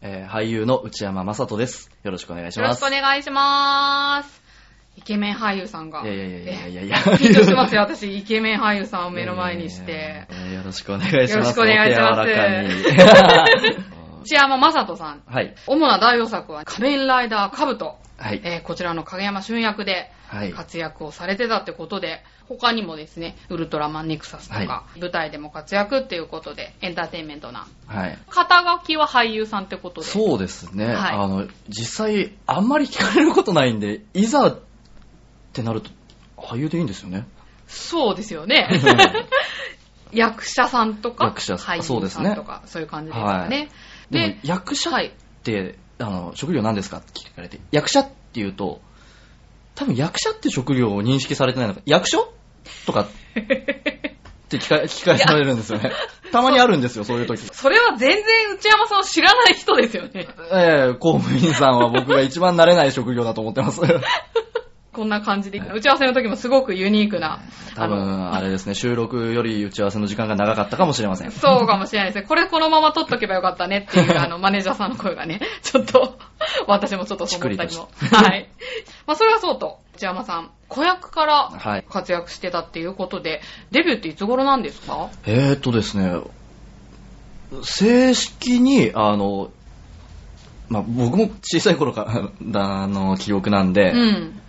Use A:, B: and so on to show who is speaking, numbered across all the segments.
A: えー俳優の内山雅人です。よろしくお願いし
B: よろ
A: ま
B: し
A: す。
B: くお願いします。イケメン俳優さんが。
A: いやいやいやい
B: え
A: やいや。
B: 緊張しますよ、私。イケメン俳優さんを目の前に
A: い
B: し
A: やいやい
B: て。
A: や。えーよろしくお願いします。
B: よろしくお願いします
A: お手柔らかに
B: 内山正人さん。
A: はい。
B: 主な代表作は、仮面ライダーカブト。
A: はい。
B: えーこちらの影山俊役で
A: はい。
B: 活躍をされてたってことで、他にもですね、ウルトラマンネクサスとか、
A: は
B: 舞台でも活躍っていうことで、エンターテインメントな。
A: はい。
B: 肩書きは俳優さんってことで。
A: そうですね。
B: はい
A: あの、実際、あんまり聞かれることないんで、いざってなると、俳優でいいんですよ ね。
B: そうですよね。役者さんとか、
A: 役者さん
B: 俳優
A: そうですね
B: さんとか、そういう感じですかね。
A: でも、役者
B: はい。
A: って、あの、職業何ですかって聞かれて、役者っていうと、多分役者って職業を認識されてないのか、役所とかって 聞か聞かされるんですよね。たまにあるんですよ、そういう時。
B: それは全然内山さんを知らない人ですよね。
A: ええ公務員さんは僕が一番慣れない職業だと思って ます。
B: こんな感じで、打ち合わせの時もすごくユニークな。
A: 多分、あれですね、収録より打ち合わせの時間が長かったかもしれません。
B: そうかもしれないですね。これこのまま撮っとけばよかったねって いう、あの、マネージャーさんの声がね、ちょっと、 私もちょっとそう思ったりも。はい。まあ、それはそうと、内山さん、子役から
A: はい。
B: 活躍してたっていうことで、デビューっていつ頃なんですか
A: えー、っとですね、正式に、あの、まあ、僕も小さい頃から の記憶なんで、
B: うん。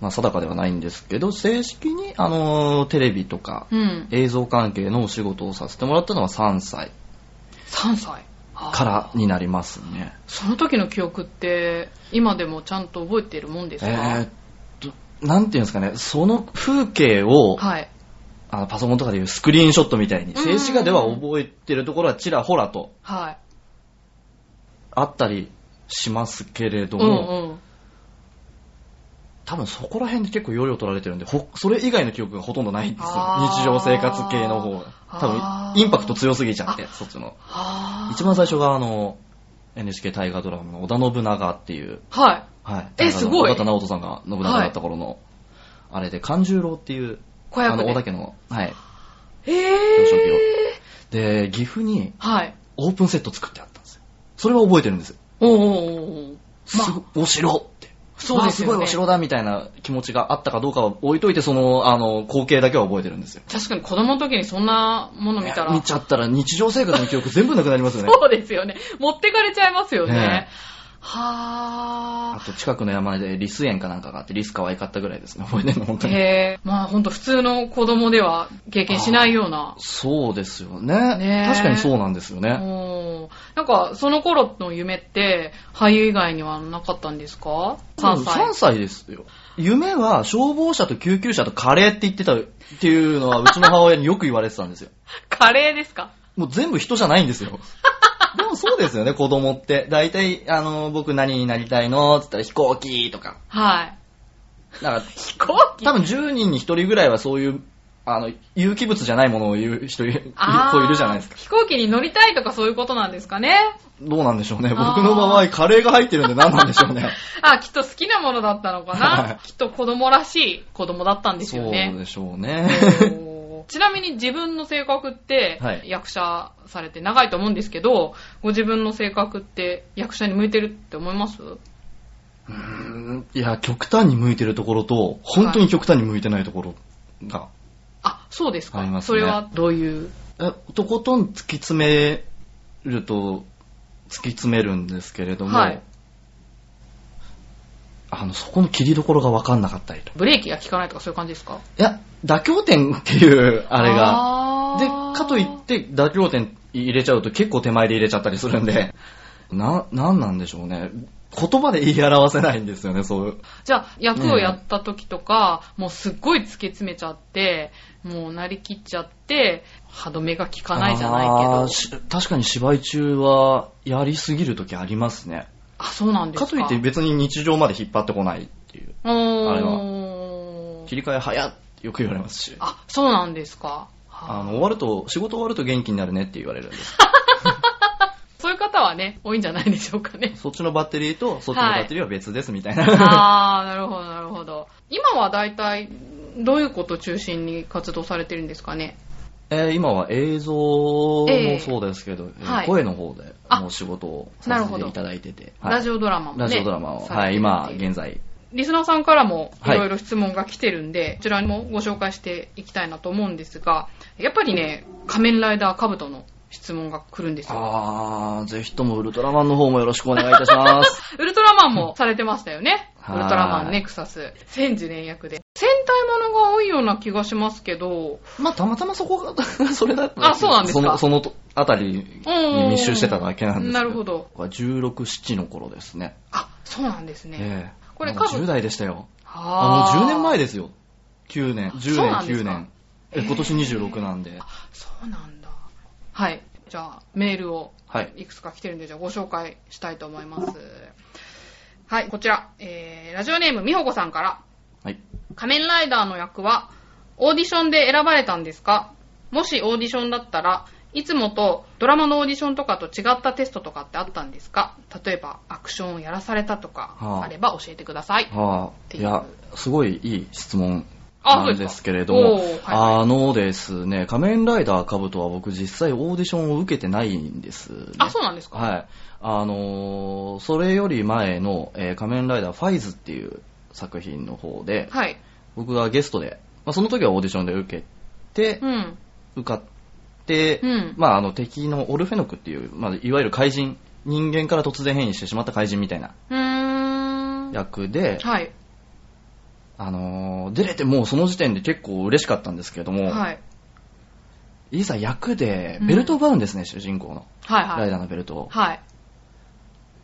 A: まあ、定かではないんですけど、正式に、あの、テレビとか、
B: うん。
A: 映像関係のお仕事をさせてもらったのは3歳
B: 3歳。あー
A: からになりますね。
B: その時の記憶って、今でもちゃんと覚えてるもんです
A: え
B: か、
A: ー、っと、なんていうんですかね、その風景を、
B: はい。
A: あのパソコンとかでいうスクリーンショットみたいに、
B: うん
A: 静止画では覚えてるところはちらほらと
B: はい。
A: あったりしますけれど
B: う
A: も、
B: んうん。
A: 多分そこら辺で結構容量取られてるんで、ほそれ以外の記憶がほとんどないんですよ。
B: あー
A: 日常生活系の方が。多
B: あ
A: 分
B: ー
A: インパクト強すぎちゃって、そっちの。
B: は
A: 一番最初があの、NHK 大河ドラマの織田信長っていう、
B: はい。
A: はい。
B: えすごい
A: 織田直人さんが信長だった頃の、あれで、勘十郎っていう、
B: 子
A: あ
B: 役
A: の、織田
B: で。
A: 家の、はい。
B: えぇ
A: 幼少期を
B: ー。
A: で、岐阜に
B: はい。
A: オープンセット作ってあったんですよ。それは覚えてるんですよ。
B: おうおうおうおう
A: すごい、お城って。
B: そうですよね
A: わあごいお城だみたいな気持ちがあったかどうかは置いといて、その、あの、光景だけは覚えてるんですよ。
B: 確かに子供の時にそんなもの見たら。
A: 見ちゃったら日常生活の記憶全部なくなりますよね。
B: そうですよね。持ってかれちゃいますよね。
A: ねあ
B: は
A: と近くの山でリス園かなんかがあって、リス可愛かったぐらいですね、覚えてるの、本
B: ぁ。
A: 当に。
B: へぇー。まあほんと普通の子供では経験しないような。
A: そうですよね
B: ね
A: 確かにそうなんですよね。
B: おーなんかその頃の夢って俳優以外にはなかったんですか ?3
A: 3
B: 歳。
A: 歳ですよ。夢は消防車と救急車とカレーって言ってたっていうのは、うちの母親によく言われてたんですよ。
B: カレーですか
A: もう全部人じゃないんです よ。でもそうですよね、子供って。大体、あの、僕何になりたいのって言ったら飛行機とか。
B: はい。
A: なんか、
B: 飛行機
A: 多分10人に1人ぐらいはそういう、あの、有機物じゃないものを言う人い、子いるじゃないですか。
B: あー飛行機に乗りたいとかそういうことなんですかね。
A: どうなんでしょうね。僕
B: あー
A: の場合、カレーが入ってるんで何なんでしょうね。
B: あ、きっと好きなものだったのかな
A: は。
B: きっと子供らしい子供だったん です
A: そ
B: よ
A: う
B: ね。
A: でしょうね。
B: おー ちなみに自分の性格って
A: はい
B: 役者されて長いと思うんですけど、ご自分の性格って役者に向いてるって思います
A: うーんいや、極端に向いてるところと、本当に極端に向いてないところが、
B: あ、そうですか。
A: ありますね
B: それはどういう。
A: えとことん突き詰めると、突き詰めるんですけれども、
B: はい
A: あの、そこの切りどころが分かんなかったりと。
B: ブレーキが効かないとかそういう感じですか
A: いや、妥協点っていう、あれが、で、
B: が
A: かといって妥協点入れちゃうと結構手前で入れちゃったりするんで、な、なんなんでしょうね。言葉で言い表せないんですよね、そういう。
B: じゃあ、役をやった時とか、もうすっごい突き詰めちゃって、もうなりきっちゃって、歯止めが効かないじゃないけ
A: あ
B: ど
A: ー。し確かに芝居中はやりすぎる時ありますね。
B: あ、そうなんです
A: か
B: か。
A: といって別に日常まで引っ張ってこないっていう。
B: うーん
A: あれ切り替え早ってよく言われますし。
B: あ、そうなんですか。は
A: あ
B: あ
A: の、終わると、仕事終わると元気になるねって言われるんです。。
B: そういう方はね、多いんじゃないでしょうかね
A: そっちのバッテリーと、そっちのバッテリーは別ですみたいな。
B: あー、なるほど、なるほど。今は大体、どういうこと中心に活動されてるんですかね。
A: えー今は映像
B: え
A: も
B: え
A: そうですけど、えー
B: はい
A: 声の方であの仕事を
B: なる
A: させ
B: ほど
A: ていただいてて、
B: ラジ
A: オ
B: オドラマもね。
A: ラジオドラマを、
B: され
A: は
B: て
A: い、
B: るってう
A: 今現在。
B: リスナーさんからもい
A: はい
B: ろいろ質問が来てるんで、こちらもご紹介していきたいなと思うんですが、やっぱりね、仮面ライダーカブトの質問が来るんですよ。
A: あー、ぜひともウルトラマンの方もよろしくお願いいたします。
B: ウルトラマンもされてましたよね。ウ
A: はい
B: ルトラマンネクサス。千次年役で。戦隊ものが多いような気がし ますけど、
A: まあ、たまたまそこが、それだった
B: あ そうなんですか
A: その、そのとあたりに密集してただけなんですけ
B: なるほど。
A: 僕は16、7の頃ですね。
B: あ、そうなんですね。
A: ええ
B: これ
A: もう
B: カブ
A: 10代でしたよ。
B: あ
A: あ、
B: ー
A: もう10年前ですよ。9年、10
B: そう
A: 年、
B: なん
A: 9年。
B: ですか
A: え今年26なんで。
B: そうなんだ。はい。じゃあ、メールを
A: はい。
B: いくつか来てるんで、じゃあご紹介したいと思います。はい、こちら。えー、ラジオネームみほこさんから。
A: はい。
B: 仮面ライダーの役は、オーディションで選ばれたんですかもしオーディションだったら、いつもとドラマのオーディションとかと違ったテストとかってあったんですか例えば、アクションをやらされたとか
A: は、あ
B: あれば教えてください。
A: はあ、
B: ていう
A: いや、すごいいい質問
B: あ
A: なんですけれど
B: そ
A: も
B: うです、かおーはい
A: あのですね、仮面ライダーカブトは僕実際オーディションを受けてないんです、ね。
B: あ、そうなんですか
A: はい。あのーそれより前の、えー仮面ライダーファイズっていう作品の方で、
B: はい。
A: 僕がゲストで、まあ、その時はオーディションで受けて
B: う、ん。
A: 受かって、
B: うん
A: まあ、あの敵のオルフェノクっていう、まあ、いわゆる怪人、人間から突然変異してしまった怪人みたいな
B: うーん。
A: 役で、
B: はい。
A: あのー出れてもうその時点で結構嬉しかったんですけれども、
B: はい。
A: い、ざ役でベルトを奪うんですね、主人公の。
B: はいは
A: ライ
B: い。
A: ダーのベルトを。
B: はい。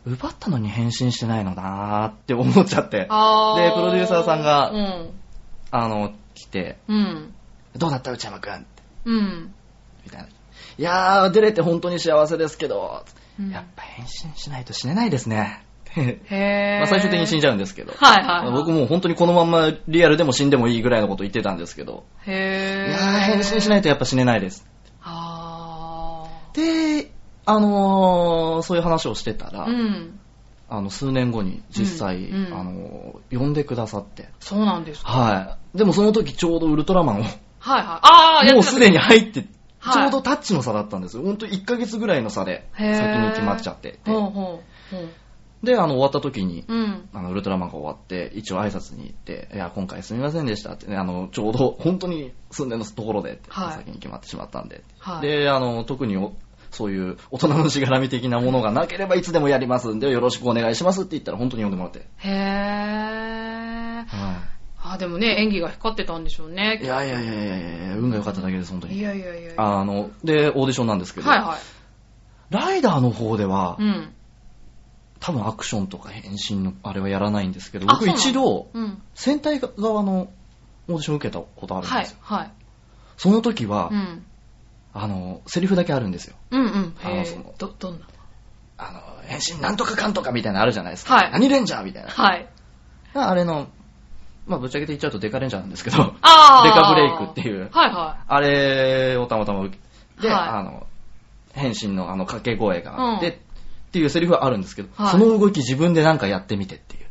A: 奪ったのに変身してないのなーって思っちゃって、あ
B: あー
A: でプロデューサーさんが
B: うん。
A: の、来て、
B: うん。
A: どうだった内山くんって
B: うん。
A: みたいな。いやー、出れて本当に幸せですけど、
B: うん
A: やっぱ変身しないと死ねないですね。
B: へー。
A: まあ最終的に死ん
B: じ
A: じゃうんですけど。
B: はいはいはい。
A: 僕もう本当にこのまんまリアルでも死んでもいいぐらいのこと言ってたんですけど、
B: へ
A: い
B: ー。。
A: やー、変身しないいとやっぱ死ねないです。
B: あ
A: で、あのーそういう話をしてた
B: ー。
A: ら、
B: うん。
A: あの、数年後に実際、
B: うんうん
A: あのー呼んでくださって、
B: そうなんですか。
A: はい。でもその時ちょうどウルトラマンを、
B: はいはい。あー、やってた
A: もうすでに入って、ち
B: はい
A: ょうどタッチの差だったんですよ。ほんと1ヶ月ぐらいの差で、先
B: へー
A: に決まっちゃってて。
B: ほうほうほう。
A: で、あの、終わった時に、
B: うん。
A: あの、ウルトラマンが終わって、一応挨拶に行って、いや、今回すみませんでしたってね、あの、ちょうど、本当に住んでのところでって、
B: はい
A: 先に決まってしまったんで。
B: はい。
A: で、あの、特にお、そういう大人のしがらみ的なものがなければいつでもやりますんで、よろしくお願いしますって言ったら本当に呼んでもらって。
B: へー。
A: は
B: あー、でもね、演技が光ってたんでしょうね。
A: い。いやいやいやいやいや、運が良かっただけです、本当
B: い
A: に。
B: やいやいやいや。は
A: あの、で、オーディションなんですけ
B: い
A: ど、
B: は。
A: ライダーの方ではい
B: う、ん。
A: 多分アクションとか変身のあれはやらないんですけど、
B: あそう
A: 僕
B: なの
A: 一度、
B: うん。
A: 戦隊側のオーディション受けたことあるん
B: は
A: で
B: い
A: すよ。
B: はい。
A: その時は、
B: うん。
A: あの、セリフだけあるんですよ。
B: うんうん。へ
A: あのそ
B: ー
A: の。
B: ど、どんな
A: あの、変身なんとかかんとかみたいなのあるじゃないですか。
B: はい
A: 何レンジャーみたいな。
B: はい。
A: あれの、まあ、ぶっちゃけて言っちゃうとデカレンジャーなんですけど、
B: あー。
A: デカブレイクっていう
B: はいは
A: あれをたまたま受けて、
B: はい
A: あの、変身のあの掛け声があって、
B: うん
A: っていうセリフはあるんですけど、
B: はい
A: その動き自分でなんかやってみてっていう。
B: い。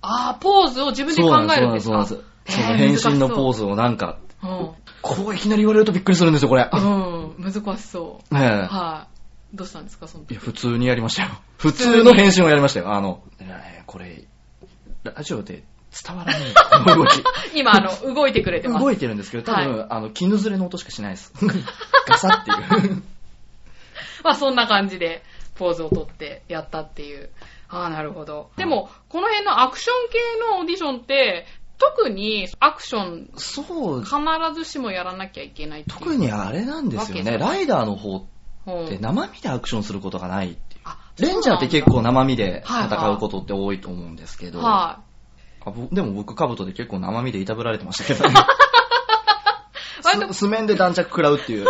B: あー、ポーズを自分で考えるんです
A: そうな
B: か
A: んです。そうなんです
B: へ
A: そ
B: ー
A: の変身の
B: 難しそう
A: ポーズをなんか、
B: うん。
A: こういきなり言われるとびっくりするんですよ、これ。
B: うん、難しそう。
A: ええ
B: はい。どうしたんですか、その
A: いや、
B: 時。
A: 普通にやりましたよ。普通の返信をやりましたよ。あの、えーこれ、ラジオで伝わらない、この動 き。
B: 今、あの、動いてくれてます。
A: 動いてるんですけど、多分、
B: は
A: あの、絹ずれの音しかしないです。 ガサっていう。
B: まあ、そんな感じで、ポーズをとってやったっていう。ああ、なるほど。でも、この辺のアクション系のオーディションって、特にアクション
A: そう、
B: 必ずしもやらなきゃいけないっていう。
A: 特にあれなんですよ
B: わけじ
A: ね。
B: ゃな
A: ライダーの方っ
B: う
A: て
B: ん、
A: 生身でアクションすることがないってい
B: あ
A: う。レンジャーって結構生身で
B: はいはい
A: 戦うことって多いと思うんですけど、
B: は
A: あぼでも僕、カブトで結構生身でいたぶられてましたけどね
B: 割と
A: す。素面で弾着食らうっていう。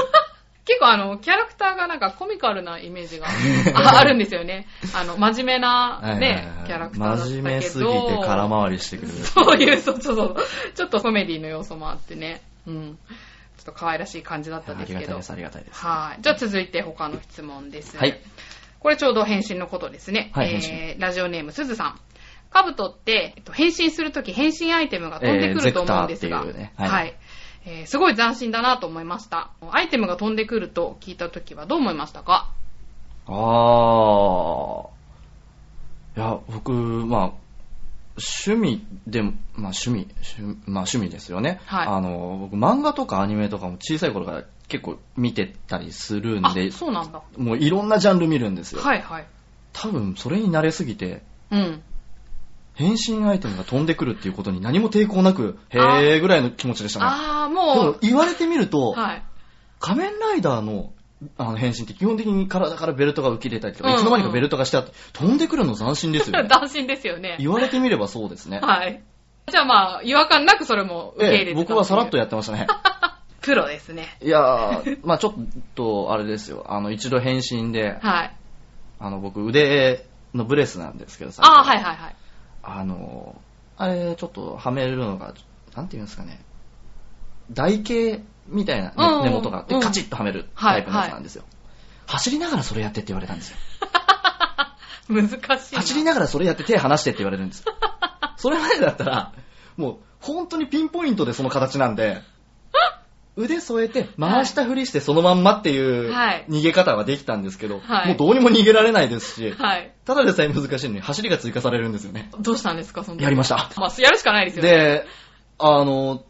B: 結構あの、キャラクターがなんかコミカルなイメージ がああるんですよね。あの、真面目なね、キャラクターだったけど。
A: 真面目すぎて空回りしてくる。
B: そういう、そうそうそう。ちょっとコメディの要素もあってね。うん。ちょっと可愛らしい感じだったん
A: あ
B: です
A: りが
B: け
A: たい
B: ど
A: で。す、ありがたいです。
B: はい。じゃあ続いて他の質問です。
A: はい。
B: これちょうど返信のことですね。
A: はい
B: えー、ラジオネームすずさん。カブトって、えっと、変身するとき変身アイテムが飛んでくると思うんですが、
A: えーゼクターっていうねは
B: はいい、えーすごい斬新だなと思いました。アイテムが飛んでくると聞いたときはどう思いましたか
A: あー。いや、僕、まあ、趣味でも、まあ趣味、趣まあ趣味ですよね。
B: はい
A: あの、僕漫画とかアニメとかも小さい頃から結構見てたりするん
B: あ
A: で、、
B: そうなんだ。
A: もういろんなジャンル見るんですよ。
B: はいはい。
A: 多分それに慣れすぎて、
B: うん。
A: 変身アイテムが飛んでくるっていうことに何も抵抗なく、へ
B: あ
A: ーぐらいの気持ちでしたね。
B: あー、
A: で
B: も
A: も
B: う、
A: 言われてみると、
B: はい。
A: 仮面ライダーのあの変身って基本的に体からベルトが浮き出たりとか、
B: うんうん
A: いつの間にかベルトがしてあって、飛んでくるの斬新です よね。
B: 斬新ですよね。
A: 言われてみればそうですね。
B: はい。じゃあまあ、違和感なくそれも受け入れ
A: え
B: て
A: え、
B: た
A: 僕はさらっと
B: や
A: やってましたね。
B: プロですね。
A: いやー、まあちょっと、あれですよ。あの、一度変身で、
B: はい。
A: あの、僕腕のブレスなんですけどさ、
B: ああ、はいはいはい。
A: あの、あれ、ちょっとはめるのが、なんていうんですかね、台形みたいなね、
B: うんうん
A: 根元があって、
B: うん
A: カチッとはめるタイプのやつなんですよ。走りながらそれやってって言われたんですよ。
B: 難しいな。
A: 走りながらそれやって手離してって言われるん です。それまでだったら、もう本当にピンポイントでその形なんで、腕添えて回したふりしてそのまんまっていう
B: はい
A: 逃げ方はできたんですけど、
B: はい
A: もうどうにも逃げられないですし、
B: はい。
A: ただでさえ難しいのに走りが追加されるんですよね。
B: どうしたんですか、その時
A: やりました。
B: まあ、やるしかないですよね。
A: で、あの、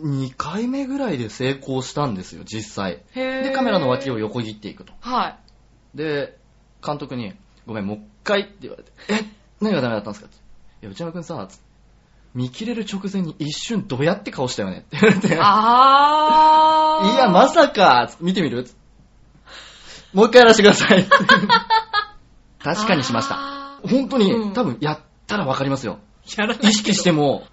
A: 2回目ぐらいで成功したんですよ、実際。
B: へー
A: で、カメラの脇を横切っていくと。
B: はい。
A: で、監督に、ごめん、もう一回って言われて、え何がダメだったんですかって。いや、内山くんさ、つって見切れる直前に一瞬どうやって顔したよねって言われて、いや、
B: あー。
A: まさか、つって見てみるつってもう一回やらせてくだ さい。確かにしました。
B: た。
A: 本当に、
B: うん
A: 多分やったらわかりますよ。
B: やらないけど
A: 意識しても、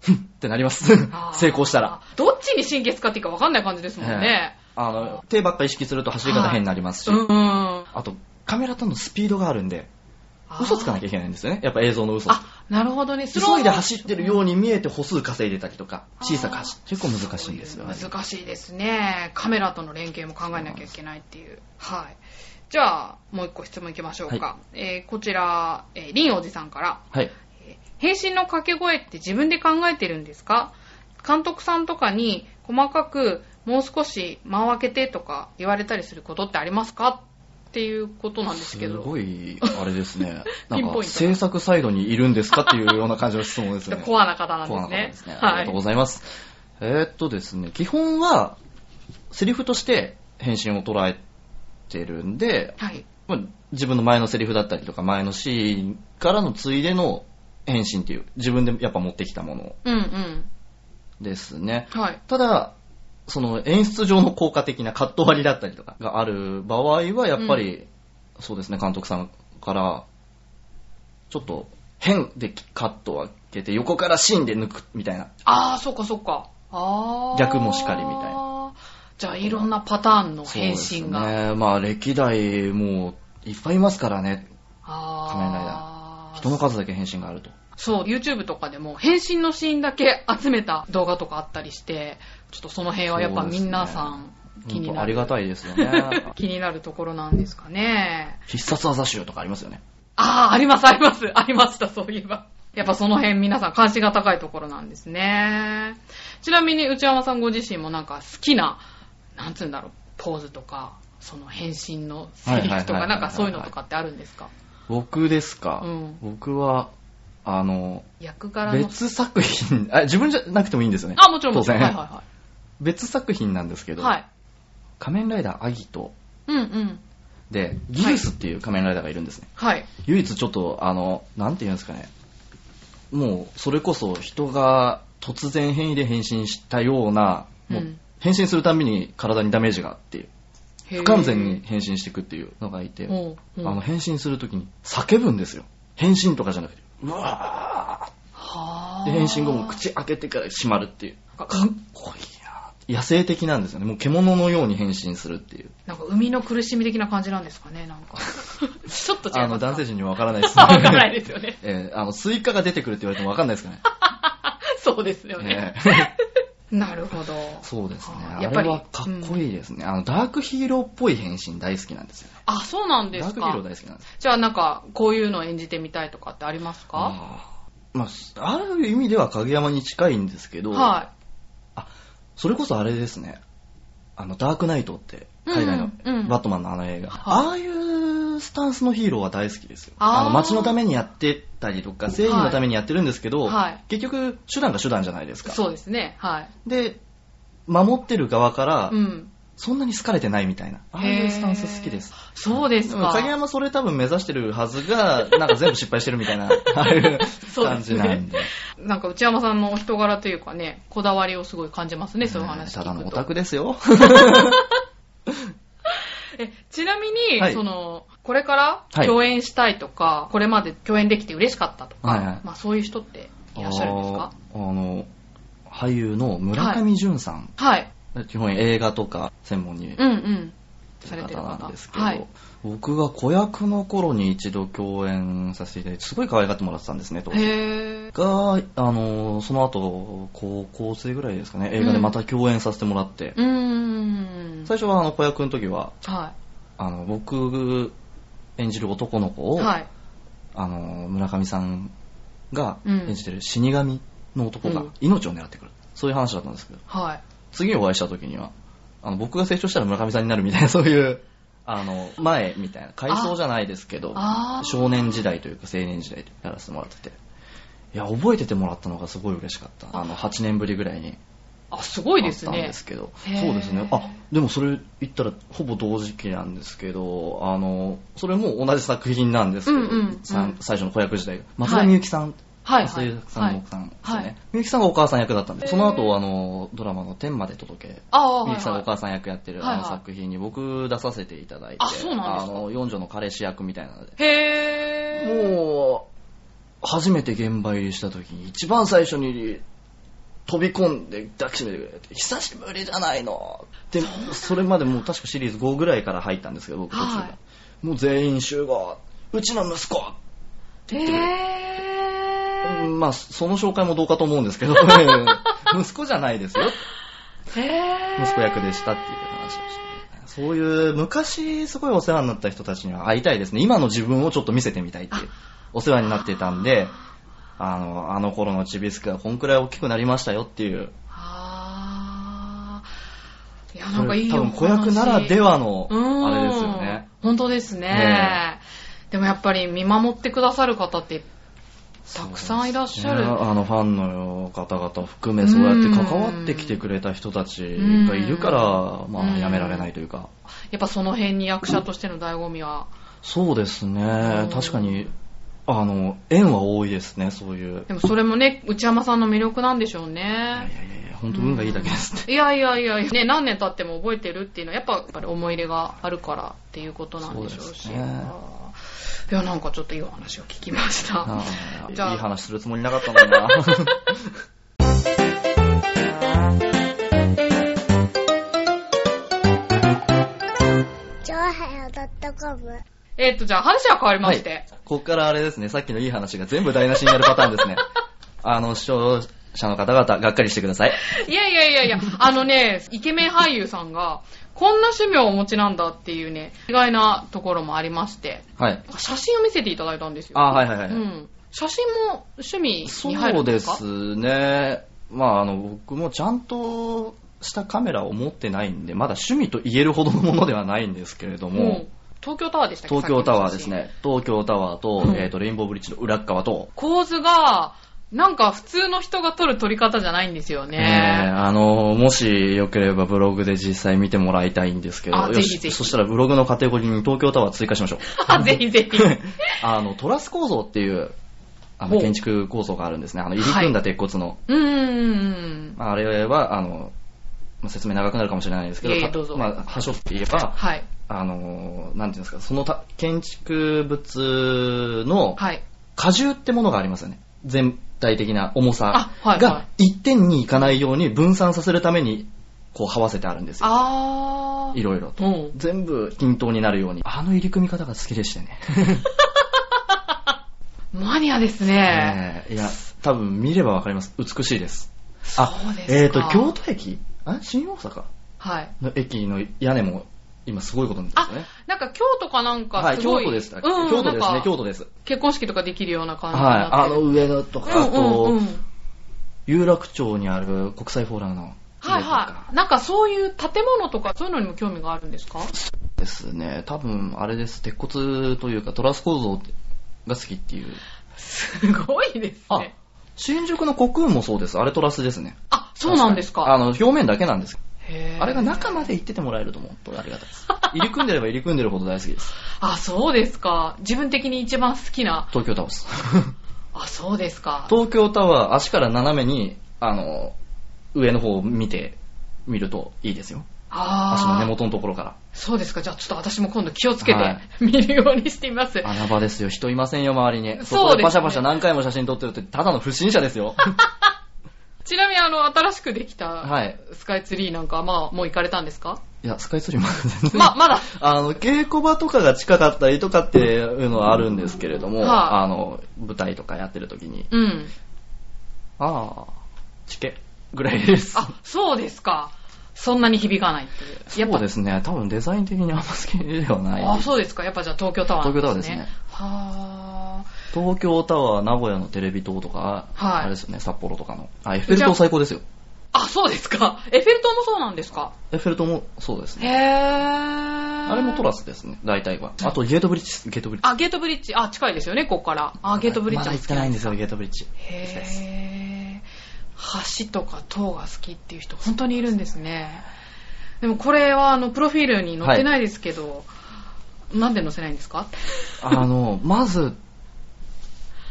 A: ふんってなります。
B: あー
A: 成功したら。。
B: どっちに神経使っていいか分かんない感じですもんね。
A: あの、手ばっか意識すると走り方変になりますし、
B: うんうん。
A: あと、カメラとのスピードがあるんで、嘘つかなきゃ
B: ゃ。
A: いけないんですよね。やっぱ映像の嘘。
B: あ、なるほどね。
A: 急いで
B: スロー
A: 走ってるように見えて歩数稼いでたりとか、
B: あー
A: 小さく走って、結構難しいんですよね。
B: 難しいですね。カメラとの連携も考えなきゃいけないっていう。はい。じゃあ、もう一個質問いきましょうか。えーこちら、えー、リンおじさんから。
A: はい。
B: えー変身の掛け声って自分で考えてるんですか監督さんとかに細かくもう少し間を空けてとか言われたりすることってありますかっていうことなんです
A: す
B: けど。
A: ごい、あれです ね。な
B: ピン
A: ん
B: ポイ
A: か、
B: ント
A: 制作サイドにいるんですかっていうような感じの質問です
B: ち
A: よ
B: ょっと
A: ね。
B: コアな方なん
A: コアな方
B: で
A: ですす
B: ね。
A: ね。ありがとうございます。えーっとですね、基本は、セリフとして変身を捉えてるんで、
B: はい。はい。
A: まあ自分の前のセリフだったりとか、前のシーンからのついでの変身っていう、自分でやっぱ持ってきたもの
B: うんうん。
A: ですね。
B: はい。
A: ただ、その演出上の効果的なカット割りだったりとかがある場合は、やっぱり、そうですね、監督さんから、ちょっと変でカットを開けて、横からシーンで抜くみたいな。
B: ああ、そっかそっか。ああ。
A: 逆もしかりみたい
B: な。じゃあ、いろんなパターンの変身が。
A: そうですね。まあ、歴代もういっぱいいますからね。
B: ああ。
A: 仮面ライダ人の数だけ変身があると。
B: そう、YouTube とかでも変身のシーンだけ集めた動画とかあったりして、ちょっとその辺はやっぱみんなさん気に
A: 本当
B: な
A: あり
B: る、。
A: がたいですよね
B: 気になるところなんですかね。
A: 必殺技集とかありますよね。
B: ああ、あります、あります、ありました、そういえば。やっぱその辺皆さん関心が高いところなんですね。ちなみに内山さんご自身もなんか好きな、なんつうんだろう、ポーズとか、その変身のセリフと
A: はい
B: か、
A: はいはいはいはい
B: なんかそういうのとかってあるんですか
A: 僕ですか、
B: うん
A: 僕は、あの、
B: 役柄の。
A: 別作品あ、自分じゃなくてもいいんですよね。
B: あ、もちろん、も
A: 当
B: ちろ
A: 然
B: ん。はいは
A: 別作品なんですけ
B: い
A: ど、
B: はい。はい。
A: 仮面ライダーアギト
B: うんうん。
A: で、ギルスっていう仮面ライダーがいるんですね。
B: はい。
A: 唯一ちょっと、あの、なんて言うんですかね、もう、それこそ人が突然変異で変身したような、もう
B: うん
A: 変身するたびに体にダメージがあっていう、
B: 不
A: 不完全に変身していくっていうのがいて、
B: おうおう
A: あの変身するときに叫ぶんですよ。変身とかじゃなくて、うわー
B: は
A: で変身後も口開けてから閉まるっていう。
B: あ
A: かっこいいなーって野生的なんですよね。もう獣のように変身するっていう。
B: なんか、海の苦しみ的な感じなんですかね、なん か。ちょっと違いますか
A: あの、男性陣にはわからないです
B: わ からないですよね。
A: えーあの、スイカが出てくるって言われてもわかんないですかね。
B: そうですよね。
A: えー
B: なるほど。
A: そうですね。
B: あ
A: あ
B: ー やっぱり
A: れはかっこいいですね。あの、ダークヒーローっぽい変身大好きなんですよね。
B: あ、そうなんで
A: ダー
B: す
A: クヒーロ
B: か
A: ー。大好きなんですよ。
B: じゃあなんか、こういうの演じてみたいとかってありますか
A: あーまあ、ある意味では影山に近いんですけど、
B: は
A: それこそあれですね。あの、ダークナイトって、海外の
B: うんうんうん
A: バットマンのあの映画。
B: はい
A: ああいうスタンスのヒーローは大好きですよ。
B: あー
A: あの、街のためにやってたりとか、正義のためにやってるんですけど、
B: はい
A: 結局、手段が手段じゃないです
B: い。
A: か。
B: そうですね。はい。
A: で、守ってる側から
B: う、ん。
A: そんなに好かれてないみたいな。ああいうスタンス好きです。
B: そうです
A: も
B: か。
A: 影山それ多分目指してるはずが、なんか全部失敗してるみた いな、ああいう
B: そうで
A: 感
B: す
A: じ
B: ね
A: なんで。
B: なんか内山さんのお人柄というかね、こだわりをすごい感じますね、そういう話聞
A: た
B: くと。
A: だのオタクですよ。
B: えちなみに、
A: はい
B: その、これから
A: はい
B: 共演したいとか、これまで共演できて嬉しかったとか、
A: はいはい
B: まあそういう人っていらっしゃるんですか
A: あーあの、俳優の村上淳さん。
B: はい。
A: 基本映画とか専門にやって
B: うんうん。され
A: る
B: てる
A: 方
B: 方
A: なんですけど、
B: はい
A: 僕が子役の頃に一度共演させていただいて、すごい可愛がってもらってたんですね、当時。
B: へー。
A: が、あの、その後、高校生ぐらいですかね、映画でまた共演させてもらって、
B: うーん。
A: 最初はあの子役の時は、
B: は
A: あの、僕演じる男の子を、
B: い。はい。
A: あの、村上さんが演じてる死神の男
B: う
A: が
B: ん
A: 命を狙ってくる。そういう話だったんですけど、
B: はい。
A: 次お会いした時には、あの、僕が成長したら村上さんになるみたいな、そういう、あの、前みたいな、回想じゃないですけど、
B: あー。
A: 少年時代というか青年時代でやらせてもらってて。いや、覚えててもらったのがすごい嬉しかった。あの、8年ぶりぐらいに
B: あ、すごい
A: あ
B: で
A: っ
B: す
A: たん
B: ね
A: で。すけど。
B: へー
A: そうですね。あ、でもそれ言ったらほぼ同時期なんですけど、あの、それも同じ作品なんですけど、
B: うんうんうん
A: さん最初の子役時代が。松田美由紀さん、
B: はい、
A: 松
B: は
A: 田
B: い
A: 優。作さ
B: は
A: んの
B: い
A: 奥、さんです
B: は
A: よ
B: いはい
A: ね。美由紀さんがお母さん役だったんで
B: へー
A: す。その後、あの、ドラマの天まで届け。
B: ああ、
A: み
B: は
A: ゆ
B: い、
A: きさんがお
B: は
A: 母さん役やってる
B: はい
A: あ
B: はい
A: の作品に僕出させていただいて、
B: あそうなんですか
A: あの、四女の彼氏役みたいなので。
B: い。へー。
A: もう、初めて現場入りした時に一番最初に飛び込んで抱きしめてくれて、久しぶりじゃないので、それまでもう確かシリーズ5ぐらいから入ったんですけど、僕途中が
B: は
A: もう全員集合うちの息子って言ってくれて
B: へ
A: うんまあ、その紹介もどうかと思うんですけ ど、息子じゃないですよ。
B: ー。へー。
A: 息子役でしたっていう話をして、そういう昔すごいお世話になった人たちには会いたいですね。今の自分をちょっと見せてみたいっていう、お世話になってたんで、あの、あの頃のチビスクはこんくらい大きくなりましたよっていう、
B: あー。いや、な
A: そ
B: んかい
A: れ
B: い
A: 多分子役ならではの、あれですよね。。
B: 本当ですね
A: ね
B: でもやっぱり見守ってくださる方って、たくさんいらっしゃる
A: そうですねあのファンの方々含め、そうやって関わってきてくれた人たちがいるから、
B: ん
A: まあ、やめられないというか。
B: やっぱその辺に役者としての醍醐味は、
A: そうです
B: うん
A: ね。確かに、あの、縁は多いですね、そういう。
B: でもそれもね、内山さんの魅力なんでしょう
A: いやい
B: ね。
A: やいやいや、本当運がいいだけですね。
B: いやいやいやいや、ね、何年経っても覚えてるっていうのは、やっぱやっぱり思い入れがあるからっていうことなんでしょ
A: そう
B: う
A: で
B: し。
A: すね
B: あーいや、なんかちょっといいお話を聞きました。
A: ああい
B: じゃあ
A: い話するつもりなかったのにな。
C: チョアヘヨドットコム
B: えっ、と、じゃあ話は変わりまして。
A: ここからあれですね、さっきのいい話が全部台無しになるパターンですね。あの、視聴者の方々、がっかりしてください。
B: いやいやいやいや、あのね、イケメン俳優さんが、こんな趣味をお持ちなんだっていうね、意外なところもありまして、
A: はい。
B: 写真を見せていただいたんですよ。
A: あ、はいはいはい。
B: うん。写真も趣味に入
A: そ
B: る
A: うん
B: で
A: です
B: か
A: すね。まあ、あの、僕もちゃんとしたカメラを持ってないんで、まだ趣味と言えるほどのものではないんですけれども、
B: うん東京タワーでしたっけ
A: 東京タワーです。ね。東京タワーと、
B: うん
A: えっ、と、レインボーブリッジの裏っ側と、
B: 構図が、なんか普通の人が撮る撮り方じゃないんですよ
A: えー
B: ね。
A: あの、もしよければブログで実際見てもらいたいんですけど、
B: あ
A: よ
B: ぜ
A: し
B: ひぜひ
A: そしたらブログのカテゴリーに東京タワー追加しま しょう。
B: ぜひぜ ひ。
A: あの、トラス構造っていう、あ
B: ほ
A: の、
B: う
A: 建築構造があるんですね。あの、入り組んだ鉄骨の。
B: うーん。
A: まああれは、あの、まあ説明長くなるかもしれないですけど、
B: いえいえ
A: た
B: どうぞ
A: まあ、端折って言えば、
B: はい。
A: あの、なんていうんですか、そのた建築物の
B: はい。
A: 荷重ってものがありますよね。全体的な重さ
B: あはいはい
A: が一点にいかないように分散させるためにこう、はわせてあるんですよ。
B: あー。
A: いろいろと。
B: うん。
A: 全部均等になるように。あの入り組み方が好きでしてね。
B: マニアですね。
A: ええいや、多分見ればわかります。美しいです。あ、
B: そうですか。
A: えっ、と、京都駅あ新大阪
B: はい。
A: の駅の屋根も今すごいことになってますね。
B: なんか京都かなんか
A: はい、
B: す
A: 京
B: ごい。
A: 都です。
B: うん、
A: 京都です
B: な
A: ね
B: ん、か
A: 京都です。
B: 結婚式とかできるような感じに
A: はい
B: な、
A: あ
B: って
A: の
B: る。
A: 上野とか、あ
B: うんうんう
A: と
B: ん、。
A: 有楽町にある国際フォーラムの
B: はいはい。なんかそういう建物とかそういうのにも興味があるんですか
A: ですね、多分あれです、鉄骨というかトラス構造が好きっていう。
B: すごいです
A: あ
B: ね。、
A: 新宿の国運もそうです、あれトラスですね。
B: あ、そうなんです
A: 確にあ
B: か。
A: の、表面だけなんです。
B: へー
A: あれが中まで行っててもらえると思うとありがたいです。入り組んでれば入り組んでるほど大好きです。
B: あ、そうですか。自分的に一番好きな。
A: 東京タワー です。
B: あ、そうですか。
A: 東京タワー、足から斜めに、あの、上の方を見て、見るといいですよ。
B: あ
A: 足の
B: ー
A: 根元のところから。
B: そうですか。じゃあちょっと私も今度気をつけて、
A: はい
B: 見るようにしています。
A: 穴場ですよ。人いませんよ、周りに。
B: そうですね
A: こでパシャパシャ何回も写真撮ってるって、ただの不審者です よ。
B: ちなみにあの、新しくできた
A: はい。
B: スカイツリーなんかは、まあ、もう行かれたんですか
A: いや、スカイツリーも全然。
B: まあ、まだ。
A: あの、稽古場とかが近かったりとかっていうのはあるんですけれども、
B: はい
A: あの、舞台とかやってる時に、
B: うん。
A: ああ、チケぐらいです。
B: あ、そうですか。そんなに響かないっていう。やっ
A: そう
B: ぱ、
A: ですね。多分デザイン的にあんま好きではない。
B: あ、そうですか。やっぱじゃあ東京タワーなんですね。
A: 東京タワーですね
B: は
A: 東京タワー、名古屋のテレビ塔とか、
B: はい
A: あれですよね、札幌とかの。あ、エッフェル塔最高ですよ。
B: あ。あ、そうですか。エッフェル塔もそうなんですか。
A: エッフェル塔もそうです
B: へ
A: ね。
B: ー。あ
A: あれもトラスですね、大体は。あと、ゲートブリッジ、ゲートブリッジ。
B: あ、ゲートブリッジ。あ、近いですよね、ここから。あ、ゲートブリッジ
A: まだ行
B: は好
A: っ
B: き
A: て
B: な
A: なんいん
B: で
A: ですすよ、ゲートブリッジ。
B: へー。橋とか塔が好きっていう人、本当にいるんですね。でもこれは、あの、プロフィールに載ってないですけど、なんで載せないんですか
A: あの、まず、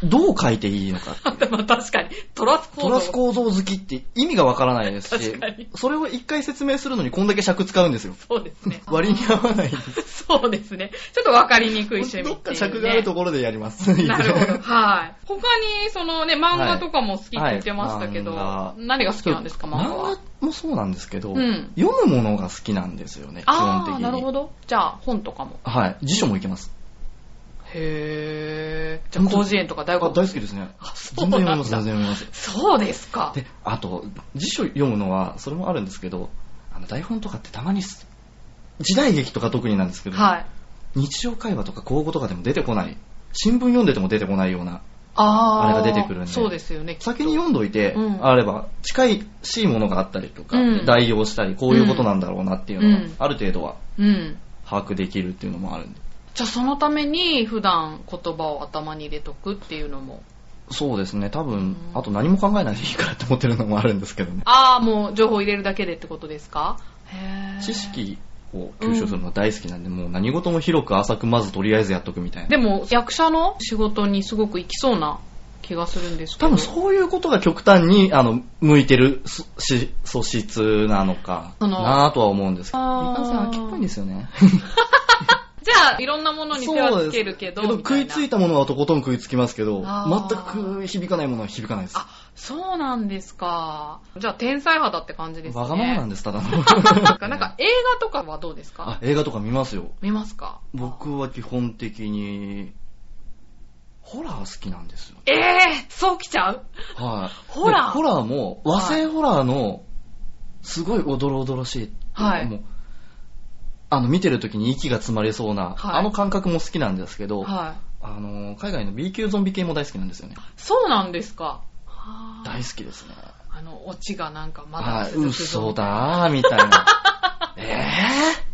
A: どう書いていい のかっていう。
B: まあ確かに。トラスコー
A: トラス構造好きって意味がわからないですし
B: 確かに、
A: それを一回説明するのにこんだけ尺使うんですよ。
B: そうですね。
A: 割に合わないです。
B: そうですね。ちょっと分かりにくい趣味っていう、
A: ど
B: ね。
A: っか尺があるところでやります。
B: なるほど。はい。他に、そのね、漫画とかも好きって言ってましたけど、
A: はい漫画
B: 何が好きなんですか、漫画は。
A: 漫画もそうなんですけど、
B: うん
A: 読むものが好きなんですよね、基本的
B: ああ、
A: に。
B: なるほど。じゃあ、本とかも。
A: はい。辞書もいけます。
B: へー。じゃあ、広辞苑とか大
A: あ
B: 学
A: 大好きですね。
B: あ、そ
A: 全
B: う
A: 然読め
B: な
A: ま
B: ん
A: す、
B: だ
A: 全。然読めます。
B: そうですか。
A: で、あと、辞書読むのは、それもあるんですけど、あの台本とかってたまにす、時代劇とか特になんですけど、
B: はい。
A: 日常会話とか口語とかでも出てこない、新聞読んでても出てこないような、
B: あー
A: あれが出てくるんで
B: そうですよね。きっと
A: 先に読んどいて、
B: うん
A: あれば、近いしいものがあったりとか、
B: うん
A: 代用したり、こういうことなんだろうなっていうのが、
B: うん
A: ある程度は
B: うん。
A: 把握できるっていうのもあるんで。
B: じゃあ、そのために、普段言葉を頭に入れとくっていうのも。
A: そうですね、多分、
B: うん
A: あと何も考えないでいいからって思ってるのもあるんですけどね。
B: ああ、もう情報入れるだけでってことですかへー
A: 知識を吸収するのが大好きなんで、もう何事も広く浅くまずとりあえずやっとくみたいな。
B: でも役者の仕事にすごく行きそうな気がするんですけど
A: 多分そういうことが極端に、あの、向いてるそし素質なのか
B: その
A: なぁとは思うんですけど。い
B: あー
A: かんせん飽きっぽいんですよね。
B: じゃあいろんなものに手はつけるけど
A: そうで
B: み
A: す
B: た
A: 食
B: い
A: い
B: な
A: ついたものはとことん食いつきますけど、
B: あー
A: 全く響かないものは響かないです。
B: あそうなんですかじゃあ天才肌って感じですね
A: わがままなん
B: で
A: です、ただの。
B: すかなんか映画とかはどうです
A: あ
B: か
A: 映画とか見ますよ。
B: 見ますか
A: 僕は基本的に、ホラー好きなんですよ。
B: ええー、そうきちゃう
A: はい。
B: ホラー
A: でホラーも、和製ホラーの、すごいおどろおどろしい。
B: はい
A: もうあの、見てる時に息が詰まりそうな、
B: はい
A: あの感覚も好きなんですけど、
B: はい
A: あの、海外の B 級ゾンビ系も大好きなんですよね。
B: そうなんですかはー
A: 大好きですね。
B: あのオチがなんかまだ
A: はい、
B: 続くぞ
A: 嘘だー、みたい な。え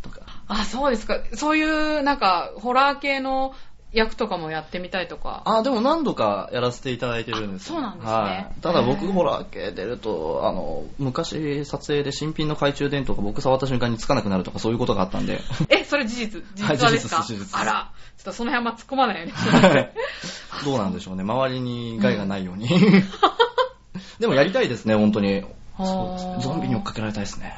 A: ーとか。
B: あそうですかそういうなんかホラー系の役とかもやってみたいとか
A: あ、でも何度かやらせていただいてるんですよ
B: あそうなんですね
A: はいただ
B: へ
A: 僕、
B: ー
A: ホラー系出ると、あの、昔撮影で新品の懐中電灯が僕触った瞬間につかなくなるとかそういうことがあったんで。
B: え、それ事実事
A: はい
B: 実はですか、
A: 事実です
B: あら、ちょっとその辺あんま突っ込まないよね。
A: どうなんでしょうね。周りに害がないよう に。でもやりたいですね、本当に。
B: はー
A: そうですね。ゾンビに追っかけられたいです ね。